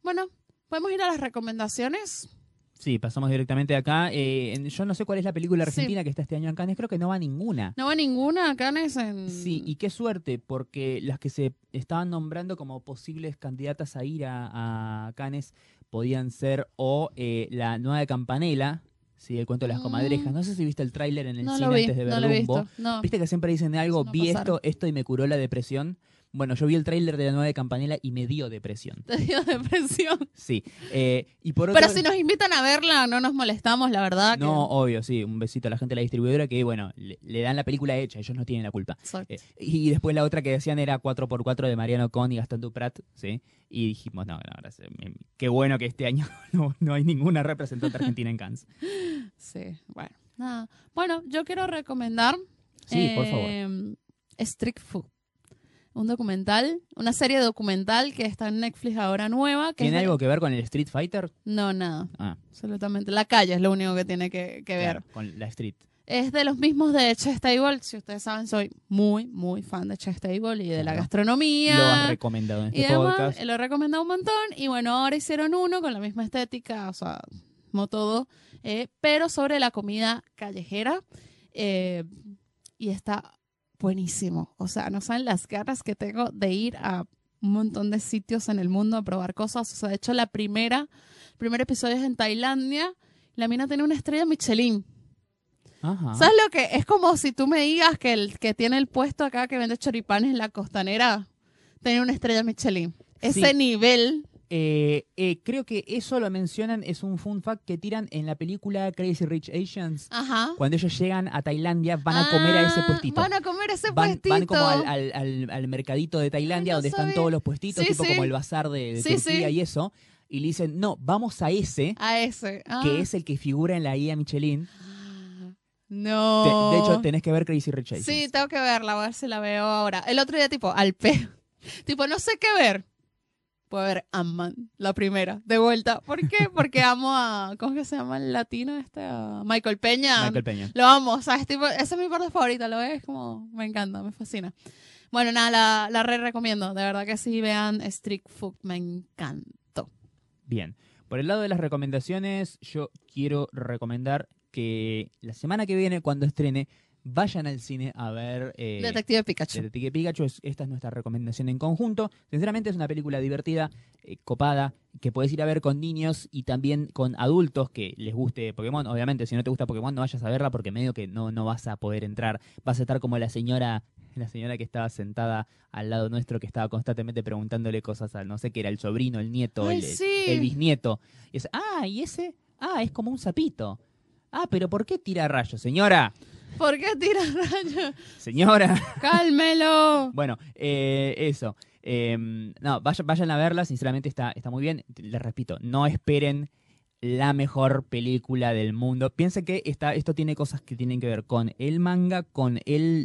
Speaker 2: Bueno, podemos ir a las recomendaciones.
Speaker 1: Sí, pasamos directamente acá. Eh, en- yo no sé cuál es la película
Speaker 2: Sí.
Speaker 1: argentina que está este año en Cannes, creo que no va ninguna.
Speaker 2: No va ninguna acá en...
Speaker 1: Sí, y qué suerte, porque las que se estaban nombrando como posibles candidatas a ir a, a Cannes podían ser o eh, la nueva de Campanela, sí, el cuento de las
Speaker 2: Mm.
Speaker 1: comadrejas. No sé si viste el tráiler en el
Speaker 2: no
Speaker 1: cine
Speaker 2: lo vi,
Speaker 1: antes de ver
Speaker 2: no lo he
Speaker 1: Dumbo.
Speaker 2: visto. No.
Speaker 1: ¿Viste que siempre dicen algo,
Speaker 2: No
Speaker 1: vi
Speaker 2: pasaron.
Speaker 1: esto, esto y me curó la depresión? Bueno, yo vi el tráiler de la nueva de Campanela y me dio depresión.
Speaker 2: [LAUGHS] Te dio depresión.
Speaker 1: Sí. eh, y por otro
Speaker 2: Pero si nos invitan a verla, no nos molestamos, la verdad. que-
Speaker 1: No, obvio, sí. Un besito a la gente de la distribuidora que, bueno, le, le dan la película hecha, ellos no tienen la culpa.
Speaker 2: Exacto.
Speaker 1: Eh, y después la otra que decían era 4x4 de Mariano Con y Gastón Duprat, ¿sí? Y dijimos, no, no, gracias. Mm, Qué bueno que este año [LAUGHS] no, no hay ninguna representante argentina en Cannes.
Speaker 2: Sí, bueno. Nada. Bueno, yo quiero recomendar...
Speaker 1: Sí, por favor.
Speaker 2: Eh, Strict Food. Un documental, una serie documental que está en Netflix ahora nueva. Que
Speaker 1: ¿Tiene
Speaker 2: es de-
Speaker 1: algo que ver con el Street Fighter?
Speaker 2: No, nada,
Speaker 1: Ah,
Speaker 2: absolutamente. La calle es lo único que tiene que, que ver.
Speaker 1: claro, con la Street.
Speaker 2: Es de los mismos de Chestable. Si ustedes saben, soy muy, muy fan de Chestable y de la
Speaker 1: Claro.
Speaker 2: gastronomía.
Speaker 1: Lo has recomendado en
Speaker 2: y
Speaker 1: este
Speaker 2: además,
Speaker 1: podcast.
Speaker 2: eh, lo he recomendado un montón. Y bueno, ahora hicieron uno con la misma estética, o sea, como todo, eh, pero sobre la comida callejera. eh, y está buenísimo. O sea, no saben las ganas que tengo de ir a un montón de sitios en el mundo a probar cosas. O sea, de hecho, la primera, el primer episodio es en Tailandia. La mina tiene una estrella Michelin.
Speaker 1: Ajá.
Speaker 2: ¿Sabes lo que? Es como si tú me digas que el que tiene el puesto acá que vende choripanes en la costanera tenía una estrella Michelin. Ese
Speaker 1: Sí.
Speaker 2: nivel.
Speaker 1: Eh, eh, creo que eso lo mencionan, es un fun fact que tiran en la película Crazy Rich Asians.
Speaker 2: Ajá.
Speaker 1: Cuando ellos llegan a Tailandia, van a comer a ese
Speaker 2: Ah,
Speaker 1: puestito.
Speaker 2: Van a comer ese
Speaker 1: van,
Speaker 2: puestito.
Speaker 1: van como al, al- al- al mercadito de Tailandia
Speaker 2: Ay, no
Speaker 1: donde están
Speaker 2: sabía.
Speaker 1: todos los puestitos,
Speaker 2: Sí,
Speaker 1: tipo
Speaker 2: sí.
Speaker 1: como el bazar de, de
Speaker 2: Sí,
Speaker 1: Turquía
Speaker 2: sí.
Speaker 1: y eso, y le dicen, no, vamos a ese,
Speaker 2: A ese. Ah.
Speaker 1: que es el que figura en la guía Michelin. Te-
Speaker 2: No.
Speaker 1: de hecho, tenés que ver Crazy Rich Asians.
Speaker 2: Oh. Sí, tengo que verla, a ver si la veo ahora. El otro día, tipo, al pe. [LAUGHS] tipo, no sé qué ver. Puedo ver Ant-Man, la primera, de vuelta. ¿Por qué? Porque amo a. ¿Cómo es que se llama el latino este? A Michael Peña.
Speaker 1: Michael Peña.
Speaker 2: Lo amo, o sea, es tipo, esa es mi parte favorita, lo es como, me encanta, me fascina. Bueno, nada, la, la re recomiendo, de verdad que sí, vean Street Food, me encantó.
Speaker 1: Bien. Por el lado de las recomendaciones, yo quiero recomendar que la semana que viene, cuando estrene, vayan al cine a ver... eh,
Speaker 2: Detective Pikachu.
Speaker 1: Detective Pikachu, es- esta es nuestra recomendación en conjunto. Sinceramente es una película divertida, eh, copada, que podés ir a ver con niños y también con adultos que les guste Pokémon. Obviamente, si no te gusta Pokémon, no vayas a verla porque medio que no, no vas a poder entrar. Vas a estar como la señora [LAUGHS] la señora que estaba sentada al lado nuestro, que estaba constantemente preguntándole cosas al no sé qué era, el sobrino, el nieto,
Speaker 2: Ay,
Speaker 1: el,
Speaker 2: sí.
Speaker 1: el bisnieto. Y es, ah, y ese, ah, es como un sapito. Ah, pero ¿por qué tira rayos, señora?
Speaker 2: ¿Por qué tira rayos?
Speaker 1: Señora.
Speaker 2: ¡Cálmelo!
Speaker 1: Bueno, eh, eso. Eh, no, vaya- vayan a verla, sinceramente está, está muy bien. Les repito, no esperen la mejor película del mundo. Piensen que está, esto tiene cosas que tienen que ver con el manga, con el,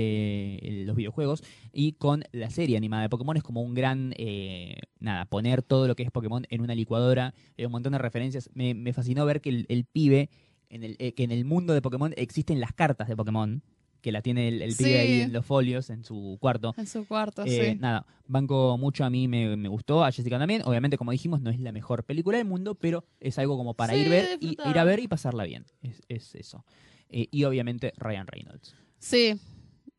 Speaker 1: eh, los videojuegos y con la serie animada de Pokémon. Es como un gran, eh, nada, poner todo lo que es Pokémon en una licuadora, eh, un montón de referencias. Me, me fascinó ver que el, el pibe, en el, eh, que en el mundo de Pokémon existen las cartas de Pokémon, que la tiene el, el
Speaker 2: Sí.
Speaker 1: pibe ahí en los folios, en su cuarto.
Speaker 2: En su
Speaker 1: Eh,
Speaker 2: cuarto, Ah, sí.
Speaker 1: Nada, banco mucho, a mí me, me gustó, a Jessica también. Obviamente, como dijimos, no es la mejor película del mundo, pero es algo como para
Speaker 2: Sí,
Speaker 1: ir, ver y,
Speaker 2: disfrutar.
Speaker 1: ir a ver y pasarla bien. Es, es eso. Eh, y obviamente Ryan Reynolds.
Speaker 2: Sí.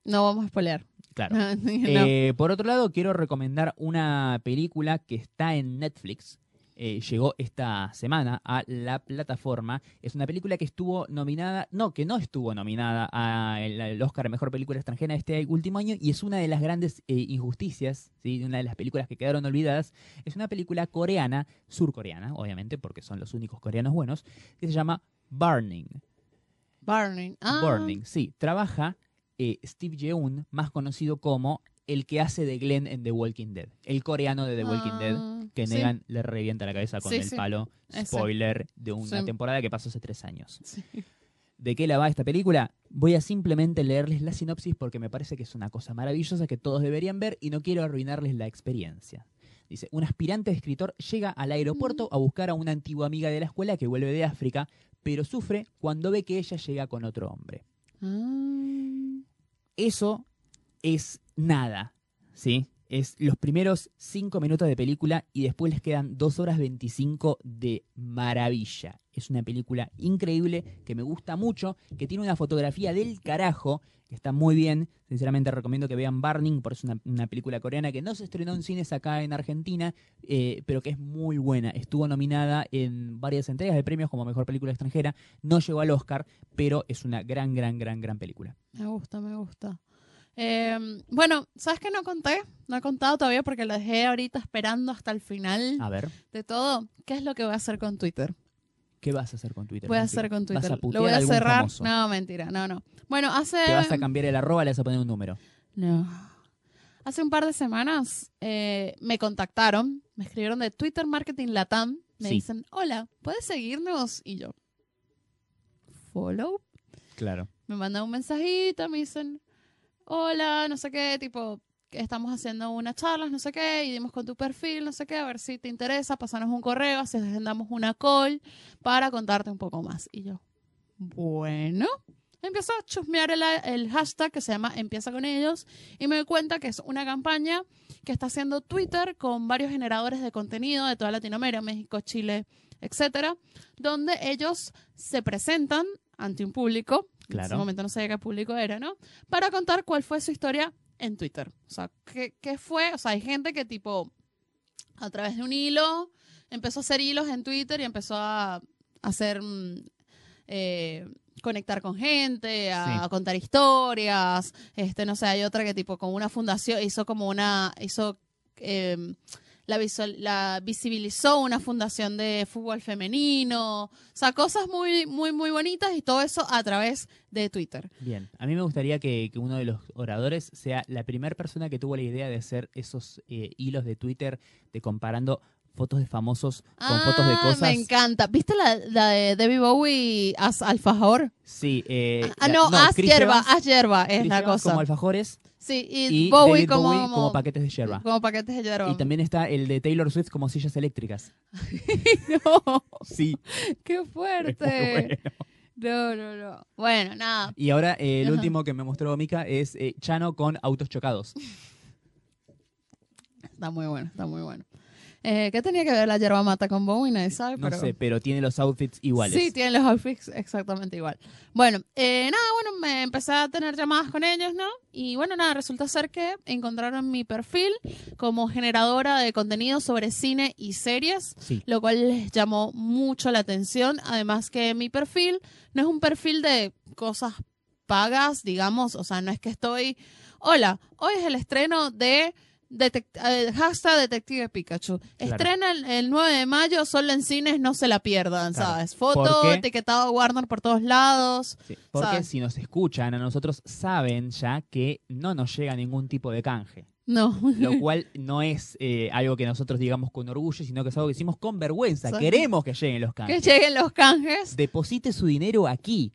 Speaker 2: No vamos a spoiler.
Speaker 1: Claro.
Speaker 2: [LAUGHS] No, no.
Speaker 1: Eh, por otro lado, quiero recomendar una película que está en Netflix. Eh, llegó esta semana a la plataforma. Es una película que estuvo nominada, no, que no estuvo nominada al al Oscar a Mejor Película Extranjera este último año y es una de las grandes eh, injusticias, ¿sí? una de las películas que quedaron olvidadas. Es una película coreana, surcoreana, obviamente, porque son los únicos coreanos buenos, que se llama Burning.
Speaker 2: Burning. Ah,
Speaker 1: Burning, sí. Trabaja eh, Steve Yeun, más conocido como el que hace de Glenn en The Walking Dead. El coreano de The Walking Dead,
Speaker 2: ah,
Speaker 1: que
Speaker 2: sí.
Speaker 1: Negan le revienta la cabeza con
Speaker 2: Sí,
Speaker 1: el
Speaker 2: sí.
Speaker 1: palo.
Speaker 2: Ese.
Speaker 1: Spoiler de una
Speaker 2: Sí.
Speaker 1: temporada que pasó hace tres años.
Speaker 2: Sí.
Speaker 1: ¿De qué la va esta película? Voy a simplemente leerles la sinopsis porque me parece que es una cosa maravillosa que todos deberían ver y no quiero arruinarles la experiencia. Dice, un aspirante escritor llega al aeropuerto
Speaker 2: Mm.
Speaker 1: a buscar a una antigua amiga de la escuela que vuelve de África, pero sufre cuando ve que ella llega con otro hombre
Speaker 2: Ah.
Speaker 1: eso es nada, ¿sí? Es los primeros cinco minutos de película y después les quedan dos horas 25 de maravilla. Es una película increíble que me gusta mucho, que tiene una fotografía del carajo, que está muy bien. Sinceramente recomiendo que vean Burning, porque es una, una película coreana que no se estrenó en cines acá en Argentina, eh, pero que es muy buena. Estuvo nominada en varias entregas de premios como Mejor Película Extranjera. No llegó al Oscar, pero es una gran, gran, gran, gran película.
Speaker 2: Me gusta, me gusta. Eh, bueno, ¿sabes qué no conté? No he contado todavía porque lo dejé ahorita esperando hasta el final
Speaker 1: A ver.
Speaker 2: de todo. ¿Qué es lo que voy a hacer con Twitter?
Speaker 1: ¿Qué vas a hacer con Twitter?
Speaker 2: Voy a
Speaker 1: Nancy?
Speaker 2: hacer con Twitter.
Speaker 1: ¿Vas a
Speaker 2: Lo
Speaker 1: putear
Speaker 2: voy
Speaker 1: a
Speaker 2: a
Speaker 1: algún
Speaker 2: cerrar.
Speaker 1: famoso?
Speaker 2: No, mentira, no, no. Bueno, hace.
Speaker 1: ¿Te vas a cambiar el arroba? ¿Le vas a poner un número?
Speaker 2: No. Hace un par de semanas eh, me contactaron, me escribieron de Twitter Marketing Latam. Me
Speaker 1: Sí.
Speaker 2: dicen, hola, ¿puedes seguirnos? Y yo, follow
Speaker 1: Claro.
Speaker 2: me mandan un mensajito, me dicen, hola, no sé qué, tipo, estamos haciendo unas charlas, no sé qué, y dimos con tu perfil, no sé qué, a ver si te interesa, pasanos un correo, así agendamos una call para contarte un poco más. Y yo, bueno, empiezo a chusmear el, el hashtag que se llama Empieza con ellos y me doy cuenta que es una campaña que está haciendo Twitter con varios generadores de contenido de toda Latinoamérica, México, Chile, etcétera, donde ellos se presentan ante un público, en ese
Speaker 1: Claro.
Speaker 2: momento no sabía qué público era, ¿no? Para contar cuál fue su historia en Twitter. O sea, qué, qué fue, o sea, hay gente que tipo a través de un hilo empezó a hacer hilos en Twitter y empezó a hacer mm, eh, conectar con gente, a,
Speaker 1: Sí.
Speaker 2: contar historias, este no sé, hay otra que tipo con una fundación hizo como una hizo eh, la, visual- la visibilizó una fundación de fútbol femenino, o sea, cosas muy muy muy bonitas y todo eso a través de Twitter.
Speaker 1: Bien. A mí me gustaría que, que uno de los oradores sea la primera persona que tuvo la idea de hacer esos eh, hilos de Twitter de comparando fotos de famosos con fotos de
Speaker 2: Ah,
Speaker 1: cosas.
Speaker 2: Me encanta. ¿Viste la, la de Debbie Bowie as alfajor?
Speaker 1: Sí. Eh,
Speaker 2: ah,
Speaker 1: la-
Speaker 2: no, as
Speaker 1: Chris
Speaker 2: hierba,
Speaker 1: Evans-
Speaker 2: as hierba es
Speaker 1: Chris
Speaker 2: la
Speaker 1: Evans
Speaker 2: cosa.
Speaker 1: como alfajores
Speaker 2: Sí, y,
Speaker 1: y
Speaker 2: Bowie,
Speaker 1: David
Speaker 2: como,
Speaker 1: Bowie como, paquetes de yerba.
Speaker 2: como paquetes de hierba.
Speaker 1: Y también está el de Taylor Swift como sillas eléctricas.
Speaker 2: [LAUGHS] No,
Speaker 1: [LAUGHS] Sí.
Speaker 2: ¡Qué fuerte! No, no, no. Bueno, nada.
Speaker 1: Y ahora eh, el
Speaker 2: Ajá.
Speaker 1: último que me mostró Mika es eh, Chano con autos chocados.
Speaker 2: Está muy bueno, está muy bueno. Eh, ¿Qué tenía que ver la yerba mata con Bowie? Nadie sabe,
Speaker 1: No
Speaker 2: pero...
Speaker 1: sé, pero tiene los outfits iguales.
Speaker 2: Sí, tienen los outfits exactamente igual. Bueno, eh, nada, bueno, me empecé a tener llamadas con ellos, ¿no? Y bueno, nada, resulta ser que encontraron mi perfil como generadora de contenido sobre cine y series,
Speaker 1: Sí.
Speaker 2: lo cual les llamó mucho la atención. Además que mi perfil no es un perfil de cosas pagas, digamos, o sea, no es que estoy, hola, hoy es el estreno de detect- eh, hashtag Detective Pikachu.
Speaker 1: Claro.
Speaker 2: Estrena el, el 9 de mayo, solo en cines, no se la pierdan,
Speaker 1: Claro.
Speaker 2: ¿sabes?
Speaker 1: ¿Por
Speaker 2: Foto,
Speaker 1: qué?
Speaker 2: etiquetado Warner por todos lados.
Speaker 1: Sí, porque
Speaker 2: ¿Sabes?
Speaker 1: si nos escuchan a nosotros saben ya que no nos llega ningún tipo de canje,
Speaker 2: No. [LAUGHS]
Speaker 1: lo cual no es eh, algo que nosotros digamos con orgullo, sino que es algo que hicimos con vergüenza.
Speaker 2: Sí.
Speaker 1: Queremos que lleguen los
Speaker 2: que
Speaker 1: canjes.
Speaker 2: lleguen los canjes.
Speaker 1: Deposite su dinero aquí.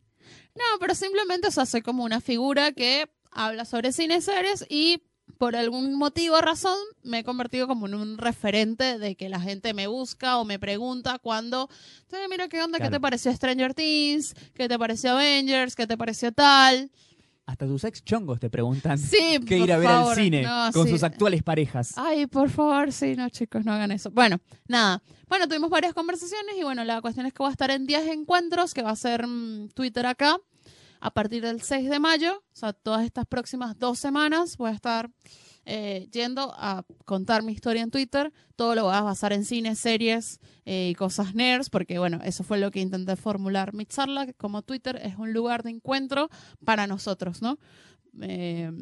Speaker 2: No, pero simplemente, o sea, soy como una figura que habla sobre cine y series y por algún motivo o razón me he convertido como en un referente de que la gente me busca o me pregunta cuando, entonces mira qué onda, qué
Speaker 1: Claro.
Speaker 2: te pareció Stranger Things, qué te pareció Avengers, qué te pareció tal.
Speaker 1: Hasta tus ex chongos te preguntan
Speaker 2: Sí,
Speaker 1: qué
Speaker 2: por
Speaker 1: ir a ver
Speaker 2: favor.
Speaker 1: al cine
Speaker 2: No,
Speaker 1: con
Speaker 2: sí.
Speaker 1: sus actuales parejas.
Speaker 2: Ay, por favor, sí, no chicos, no hagan eso. Bueno, nada. Bueno, tuvimos varias conversaciones y bueno, la cuestión es que voy a estar en 10 encuentros, que va a ser mm, Twitter acá, a partir del 6 de mayo. O sea, todas estas próximas dos semanas voy a estar eh, yendo a contar mi historia en Twitter. Todo lo voy a basar en cine, series eh, y cosas nerds, porque bueno, eso fue lo que intenté formular mi charla, que como Twitter es un lugar de encuentro para nosotros, ¿no? Eh,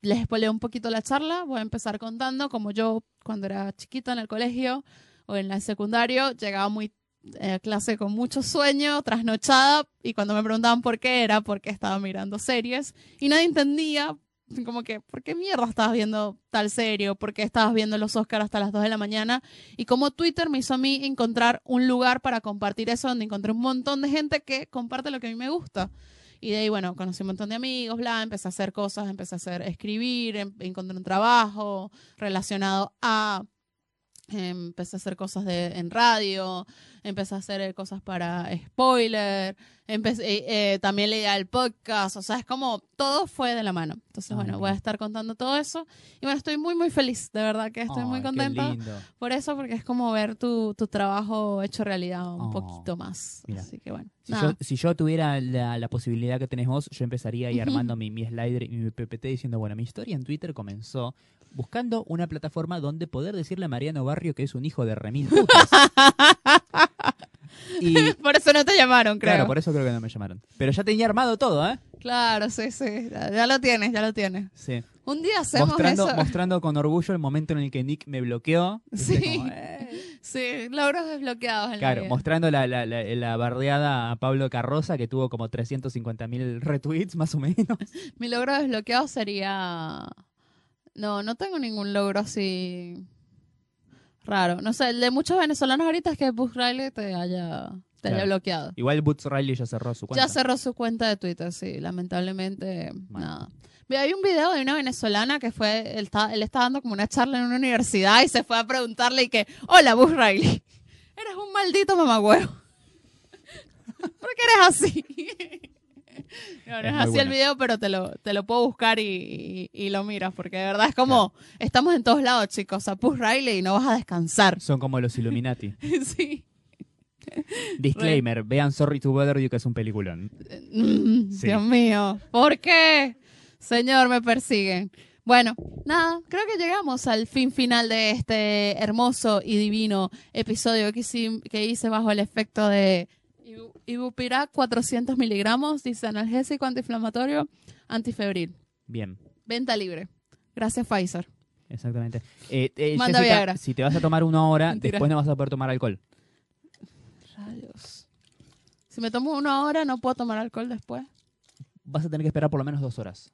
Speaker 2: les spoileo un poquito la charla. Voy a empezar contando como yo cuando era chiquita en el colegio o en la secundario llegaba muy eh, a clase con mucho sueño, trasnochada y cuando me preguntaban por qué era porque estaba mirando series y nadie entendía como que por qué mierda estabas viendo tal serie o por qué estabas viendo los Oscars hasta las 2 de la mañana y como Twitter me hizo a mí encontrar un lugar para compartir eso donde encontré un montón de gente que comparte lo que a mí me gusta. Y de ahí, bueno, conocí un montón de amigos, bla, empecé a hacer cosas, empecé a hacer, escribir, em- encontré un trabajo relacionado a, em, empecé a hacer cosas de, en radio, empecé a hacer eh, cosas para spoiler, empecé, eh, eh, también leía el podcast, o sea, es como todo fue de la mano. Entonces,
Speaker 1: Ah,
Speaker 2: bueno,
Speaker 1: mira.
Speaker 2: voy a estar contando todo eso. Y bueno, estoy muy, muy feliz, de verdad que estoy muy
Speaker 1: Ay, qué
Speaker 2: contenta
Speaker 1: lindo.
Speaker 2: por eso, porque es como ver tu, tu trabajo hecho realidad un
Speaker 1: Oh,
Speaker 2: poquito más.
Speaker 1: mira.
Speaker 2: Así que bueno,
Speaker 1: Si
Speaker 2: nada.
Speaker 1: yo, si yo tuviera la, la posibilidad que tenés vos, yo empezaría ahí
Speaker 2: Ujú.
Speaker 1: armando mi, mi slider y mi PPT diciendo, bueno, mi historia en Twitter comenzó buscando una plataforma donde poder decirle a Mariano Barrio que es un hijo de remil
Speaker 2: [LAUGHS]
Speaker 1: putas. y
Speaker 2: Por eso no te llamaron, creo.
Speaker 1: claro, por eso creo que no me llamaron. Pero ya tenía armado todo, ¿eh?
Speaker 2: Claro, sí, sí. Ya, ya lo tienes, ya lo tienes.
Speaker 1: Sí.
Speaker 2: Un día hacemos
Speaker 1: Mostrando,
Speaker 2: eso. [LAUGHS]
Speaker 1: mostrando con orgullo el momento en el que Nick me bloqueó. Viste,
Speaker 2: Sí.
Speaker 1: como, eh.
Speaker 2: Sí, logros desbloqueados. en la
Speaker 1: Claro,
Speaker 2: vida.
Speaker 1: mostrando la, la, la, la bardeada a Pablo Carroza que tuvo como 350.000 retweets más o menos.
Speaker 2: Mi logro desbloqueado sería. No, no tengo ningún logro así. Raro. No sé, el de muchos venezolanos ahorita es que Bus Riley te haya, te haya
Speaker 1: Claro.
Speaker 2: bloqueado.
Speaker 1: Igual Boots Riley ya cerró su cuenta.
Speaker 2: Ya cerró su cuenta de Twitter, sí, lamentablemente,
Speaker 1: Bueno.
Speaker 2: nada. Ve, Hay un video de una venezolana que fue, él está, él está dando como una charla en una universidad y se fue a preguntarle y que, hola, Bus Riley, eres un maldito mamagüevo. [LAUGHS] ¿Por qué eres así? [LAUGHS] No, no es,
Speaker 1: Es muy
Speaker 2: así el
Speaker 1: bueno.
Speaker 2: video, pero te lo, te lo puedo buscar y, y- y lo miras, porque de verdad es como, estamos en todos lados, chicos, a Bus Riley y no vas a descansar. [LAUGHS]
Speaker 1: Son como los Illuminati.
Speaker 2: sí.
Speaker 1: Disclaimer, vean Sorry to Bother You, que es un peliculón.
Speaker 2: Mm,
Speaker 1: Sí.
Speaker 2: Dios mío, ¿por qué? Señor, me persiguen. Bueno, nada, creo que llegamos al fin final de este hermoso y divino episodio que hice, que hice bajo el efecto de Ibu- Ibupirac 400 miligramos, dice analgésico, antiinflamatorio, antifebril.
Speaker 1: Bien,
Speaker 2: Venta libre. Gracias, Pfizer.
Speaker 1: exactamente. Eh, eh,
Speaker 2: Manda
Speaker 1: Jessica,
Speaker 2: Viagra.
Speaker 1: si te vas a tomar una hora,
Speaker 2: [LAUGHS] Mentira.
Speaker 1: después no vas a poder tomar alcohol.
Speaker 2: Rayos. Si me tomo una hora, no puedo tomar alcohol después.
Speaker 1: Vas a tener que esperar por lo menos dos horas.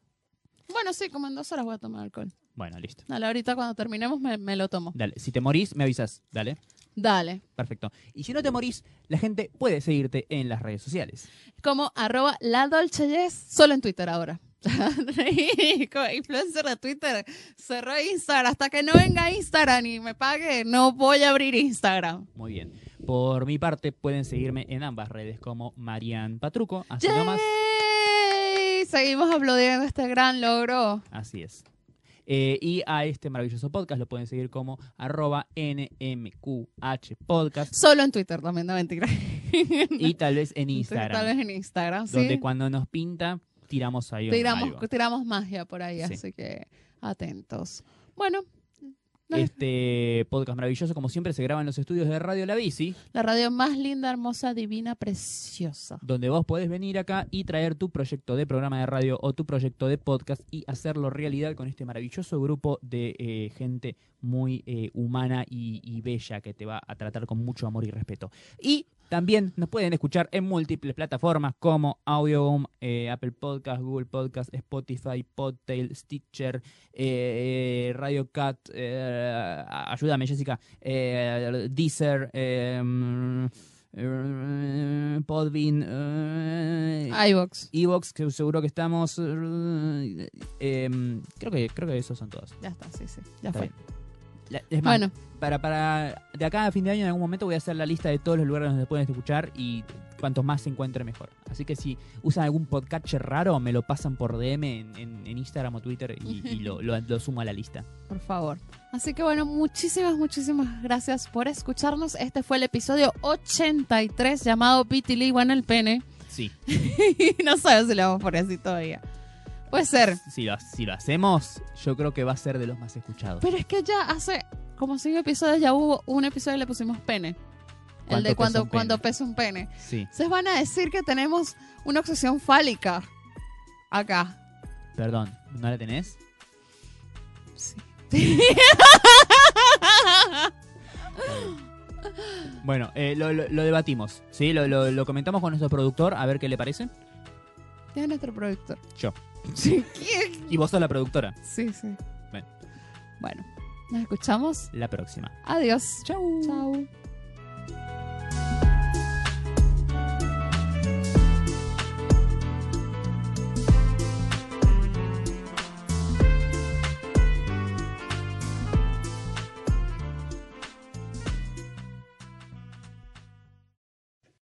Speaker 2: Bueno, sí, como en dos horas voy a tomar alcohol.
Speaker 1: Bueno, listo.
Speaker 2: Dale, ahorita cuando terminemos me- me lo tomo.
Speaker 1: Dale, si te morís, me avisas. Dale,
Speaker 2: Dale.
Speaker 1: perfecto. Y si no te morís, la gente puede seguirte en las redes sociales.
Speaker 2: como arroba la Dolce Yes, solo en Twitter ahora. [LAUGHS] Como Influencer de Twitter, cerró Instagram. Hasta que no venga Instagram y me pague, no voy a abrir Instagram.
Speaker 1: Muy bien. Por mi parte, pueden seguirme en ambas redes como Marian Patruco. Así nomás.
Speaker 2: ¡Yay! Seguimos aplaudiendo este gran logro.
Speaker 1: Así es. Eh, y a este maravilloso podcast lo pueden seguir como arroba NMQH Podcast
Speaker 2: Solo en Twitter también, no mentira. [LAUGHS]
Speaker 1: y tal vez en
Speaker 2: Tal
Speaker 1: Instagram,
Speaker 2: vez en Instagram, sí.
Speaker 1: donde cuando nos pinta tiramos ahí un
Speaker 2: tiramos,
Speaker 1: algo.
Speaker 2: tiramos magia por ahí,
Speaker 1: Sí.
Speaker 2: así que atentos. Bueno, Ay.
Speaker 1: Este podcast maravilloso, como siempre, se graba en los estudios de Radio La Bici,
Speaker 2: La radio más linda, hermosa, divina, preciosa.
Speaker 1: donde vos podés venir acá y traer tu proyecto de programa de radio o tu proyecto de podcast y hacerlo realidad con este maravilloso grupo de eh, gente muy eh, humana y, y bella que te va a tratar con mucho amor y respeto. Y también nos pueden escuchar en múltiples plataformas como Audioboom, eh, Apple Podcast, Google Podcast, Spotify, Podtail, Stitcher, eh, eh, Radio Cat, eh, ayúdame Jessica, eh, Deezer, eh, mm, eh, Podbean, eh,
Speaker 2: iVox.
Speaker 1: Evox, que seguro que estamos. eh, em, creo que creo que esos son todos.
Speaker 2: Ya está, sí, sí. Ya
Speaker 1: Está
Speaker 2: fue.
Speaker 1: bien. La- es más,
Speaker 2: Bueno,
Speaker 1: para, para de acá a fin de año en algún momento voy a hacer la lista de todos los lugares donde pueden escuchar y cuantos más se encuentre mejor. Así que si usan algún podcatcher raro, me lo pasan por DM en, en- en Instagram o Twitter y, y lo, lo- lo sumo a la lista.
Speaker 2: por favor. Así que bueno, muchísimas, muchísimas gracias por escucharnos. Este fue el episodio 83 llamado Piti Ligua en el pene. [LAUGHS]
Speaker 1: Sí,
Speaker 2: no sabes si lo vamos a poner así todavía. Puede ser.
Speaker 1: si lo, si lo hacemos, yo creo que va a ser de los más escuchados.
Speaker 2: Pero es que ya hace como cinco episodios ya hubo un episodio que le pusimos pene. El
Speaker 1: ¿Cuánto
Speaker 2: de
Speaker 1: pesa
Speaker 2: cuando,
Speaker 1: un pene?
Speaker 2: cuando pesa un pene.
Speaker 1: Sí,
Speaker 2: Ustedes van a decir que tenemos una obsesión fálica acá.
Speaker 1: perdón, ¿no la tenés?
Speaker 2: Sí. [LAUGHS]
Speaker 1: Bueno, eh, lo, lo- lo debatimos, ¿sí? Lo, lo- lo comentamos con nuestro productor, a ver qué le parece.
Speaker 2: ¿Quién es nuestro productor?
Speaker 1: Yo.
Speaker 2: Sí, ¿quién?
Speaker 1: Y vos sos la productora.
Speaker 2: Sí, sí.
Speaker 1: Bueno.
Speaker 2: Bueno, nos escuchamos.
Speaker 1: La próxima.
Speaker 2: Adiós. Chau. Chau.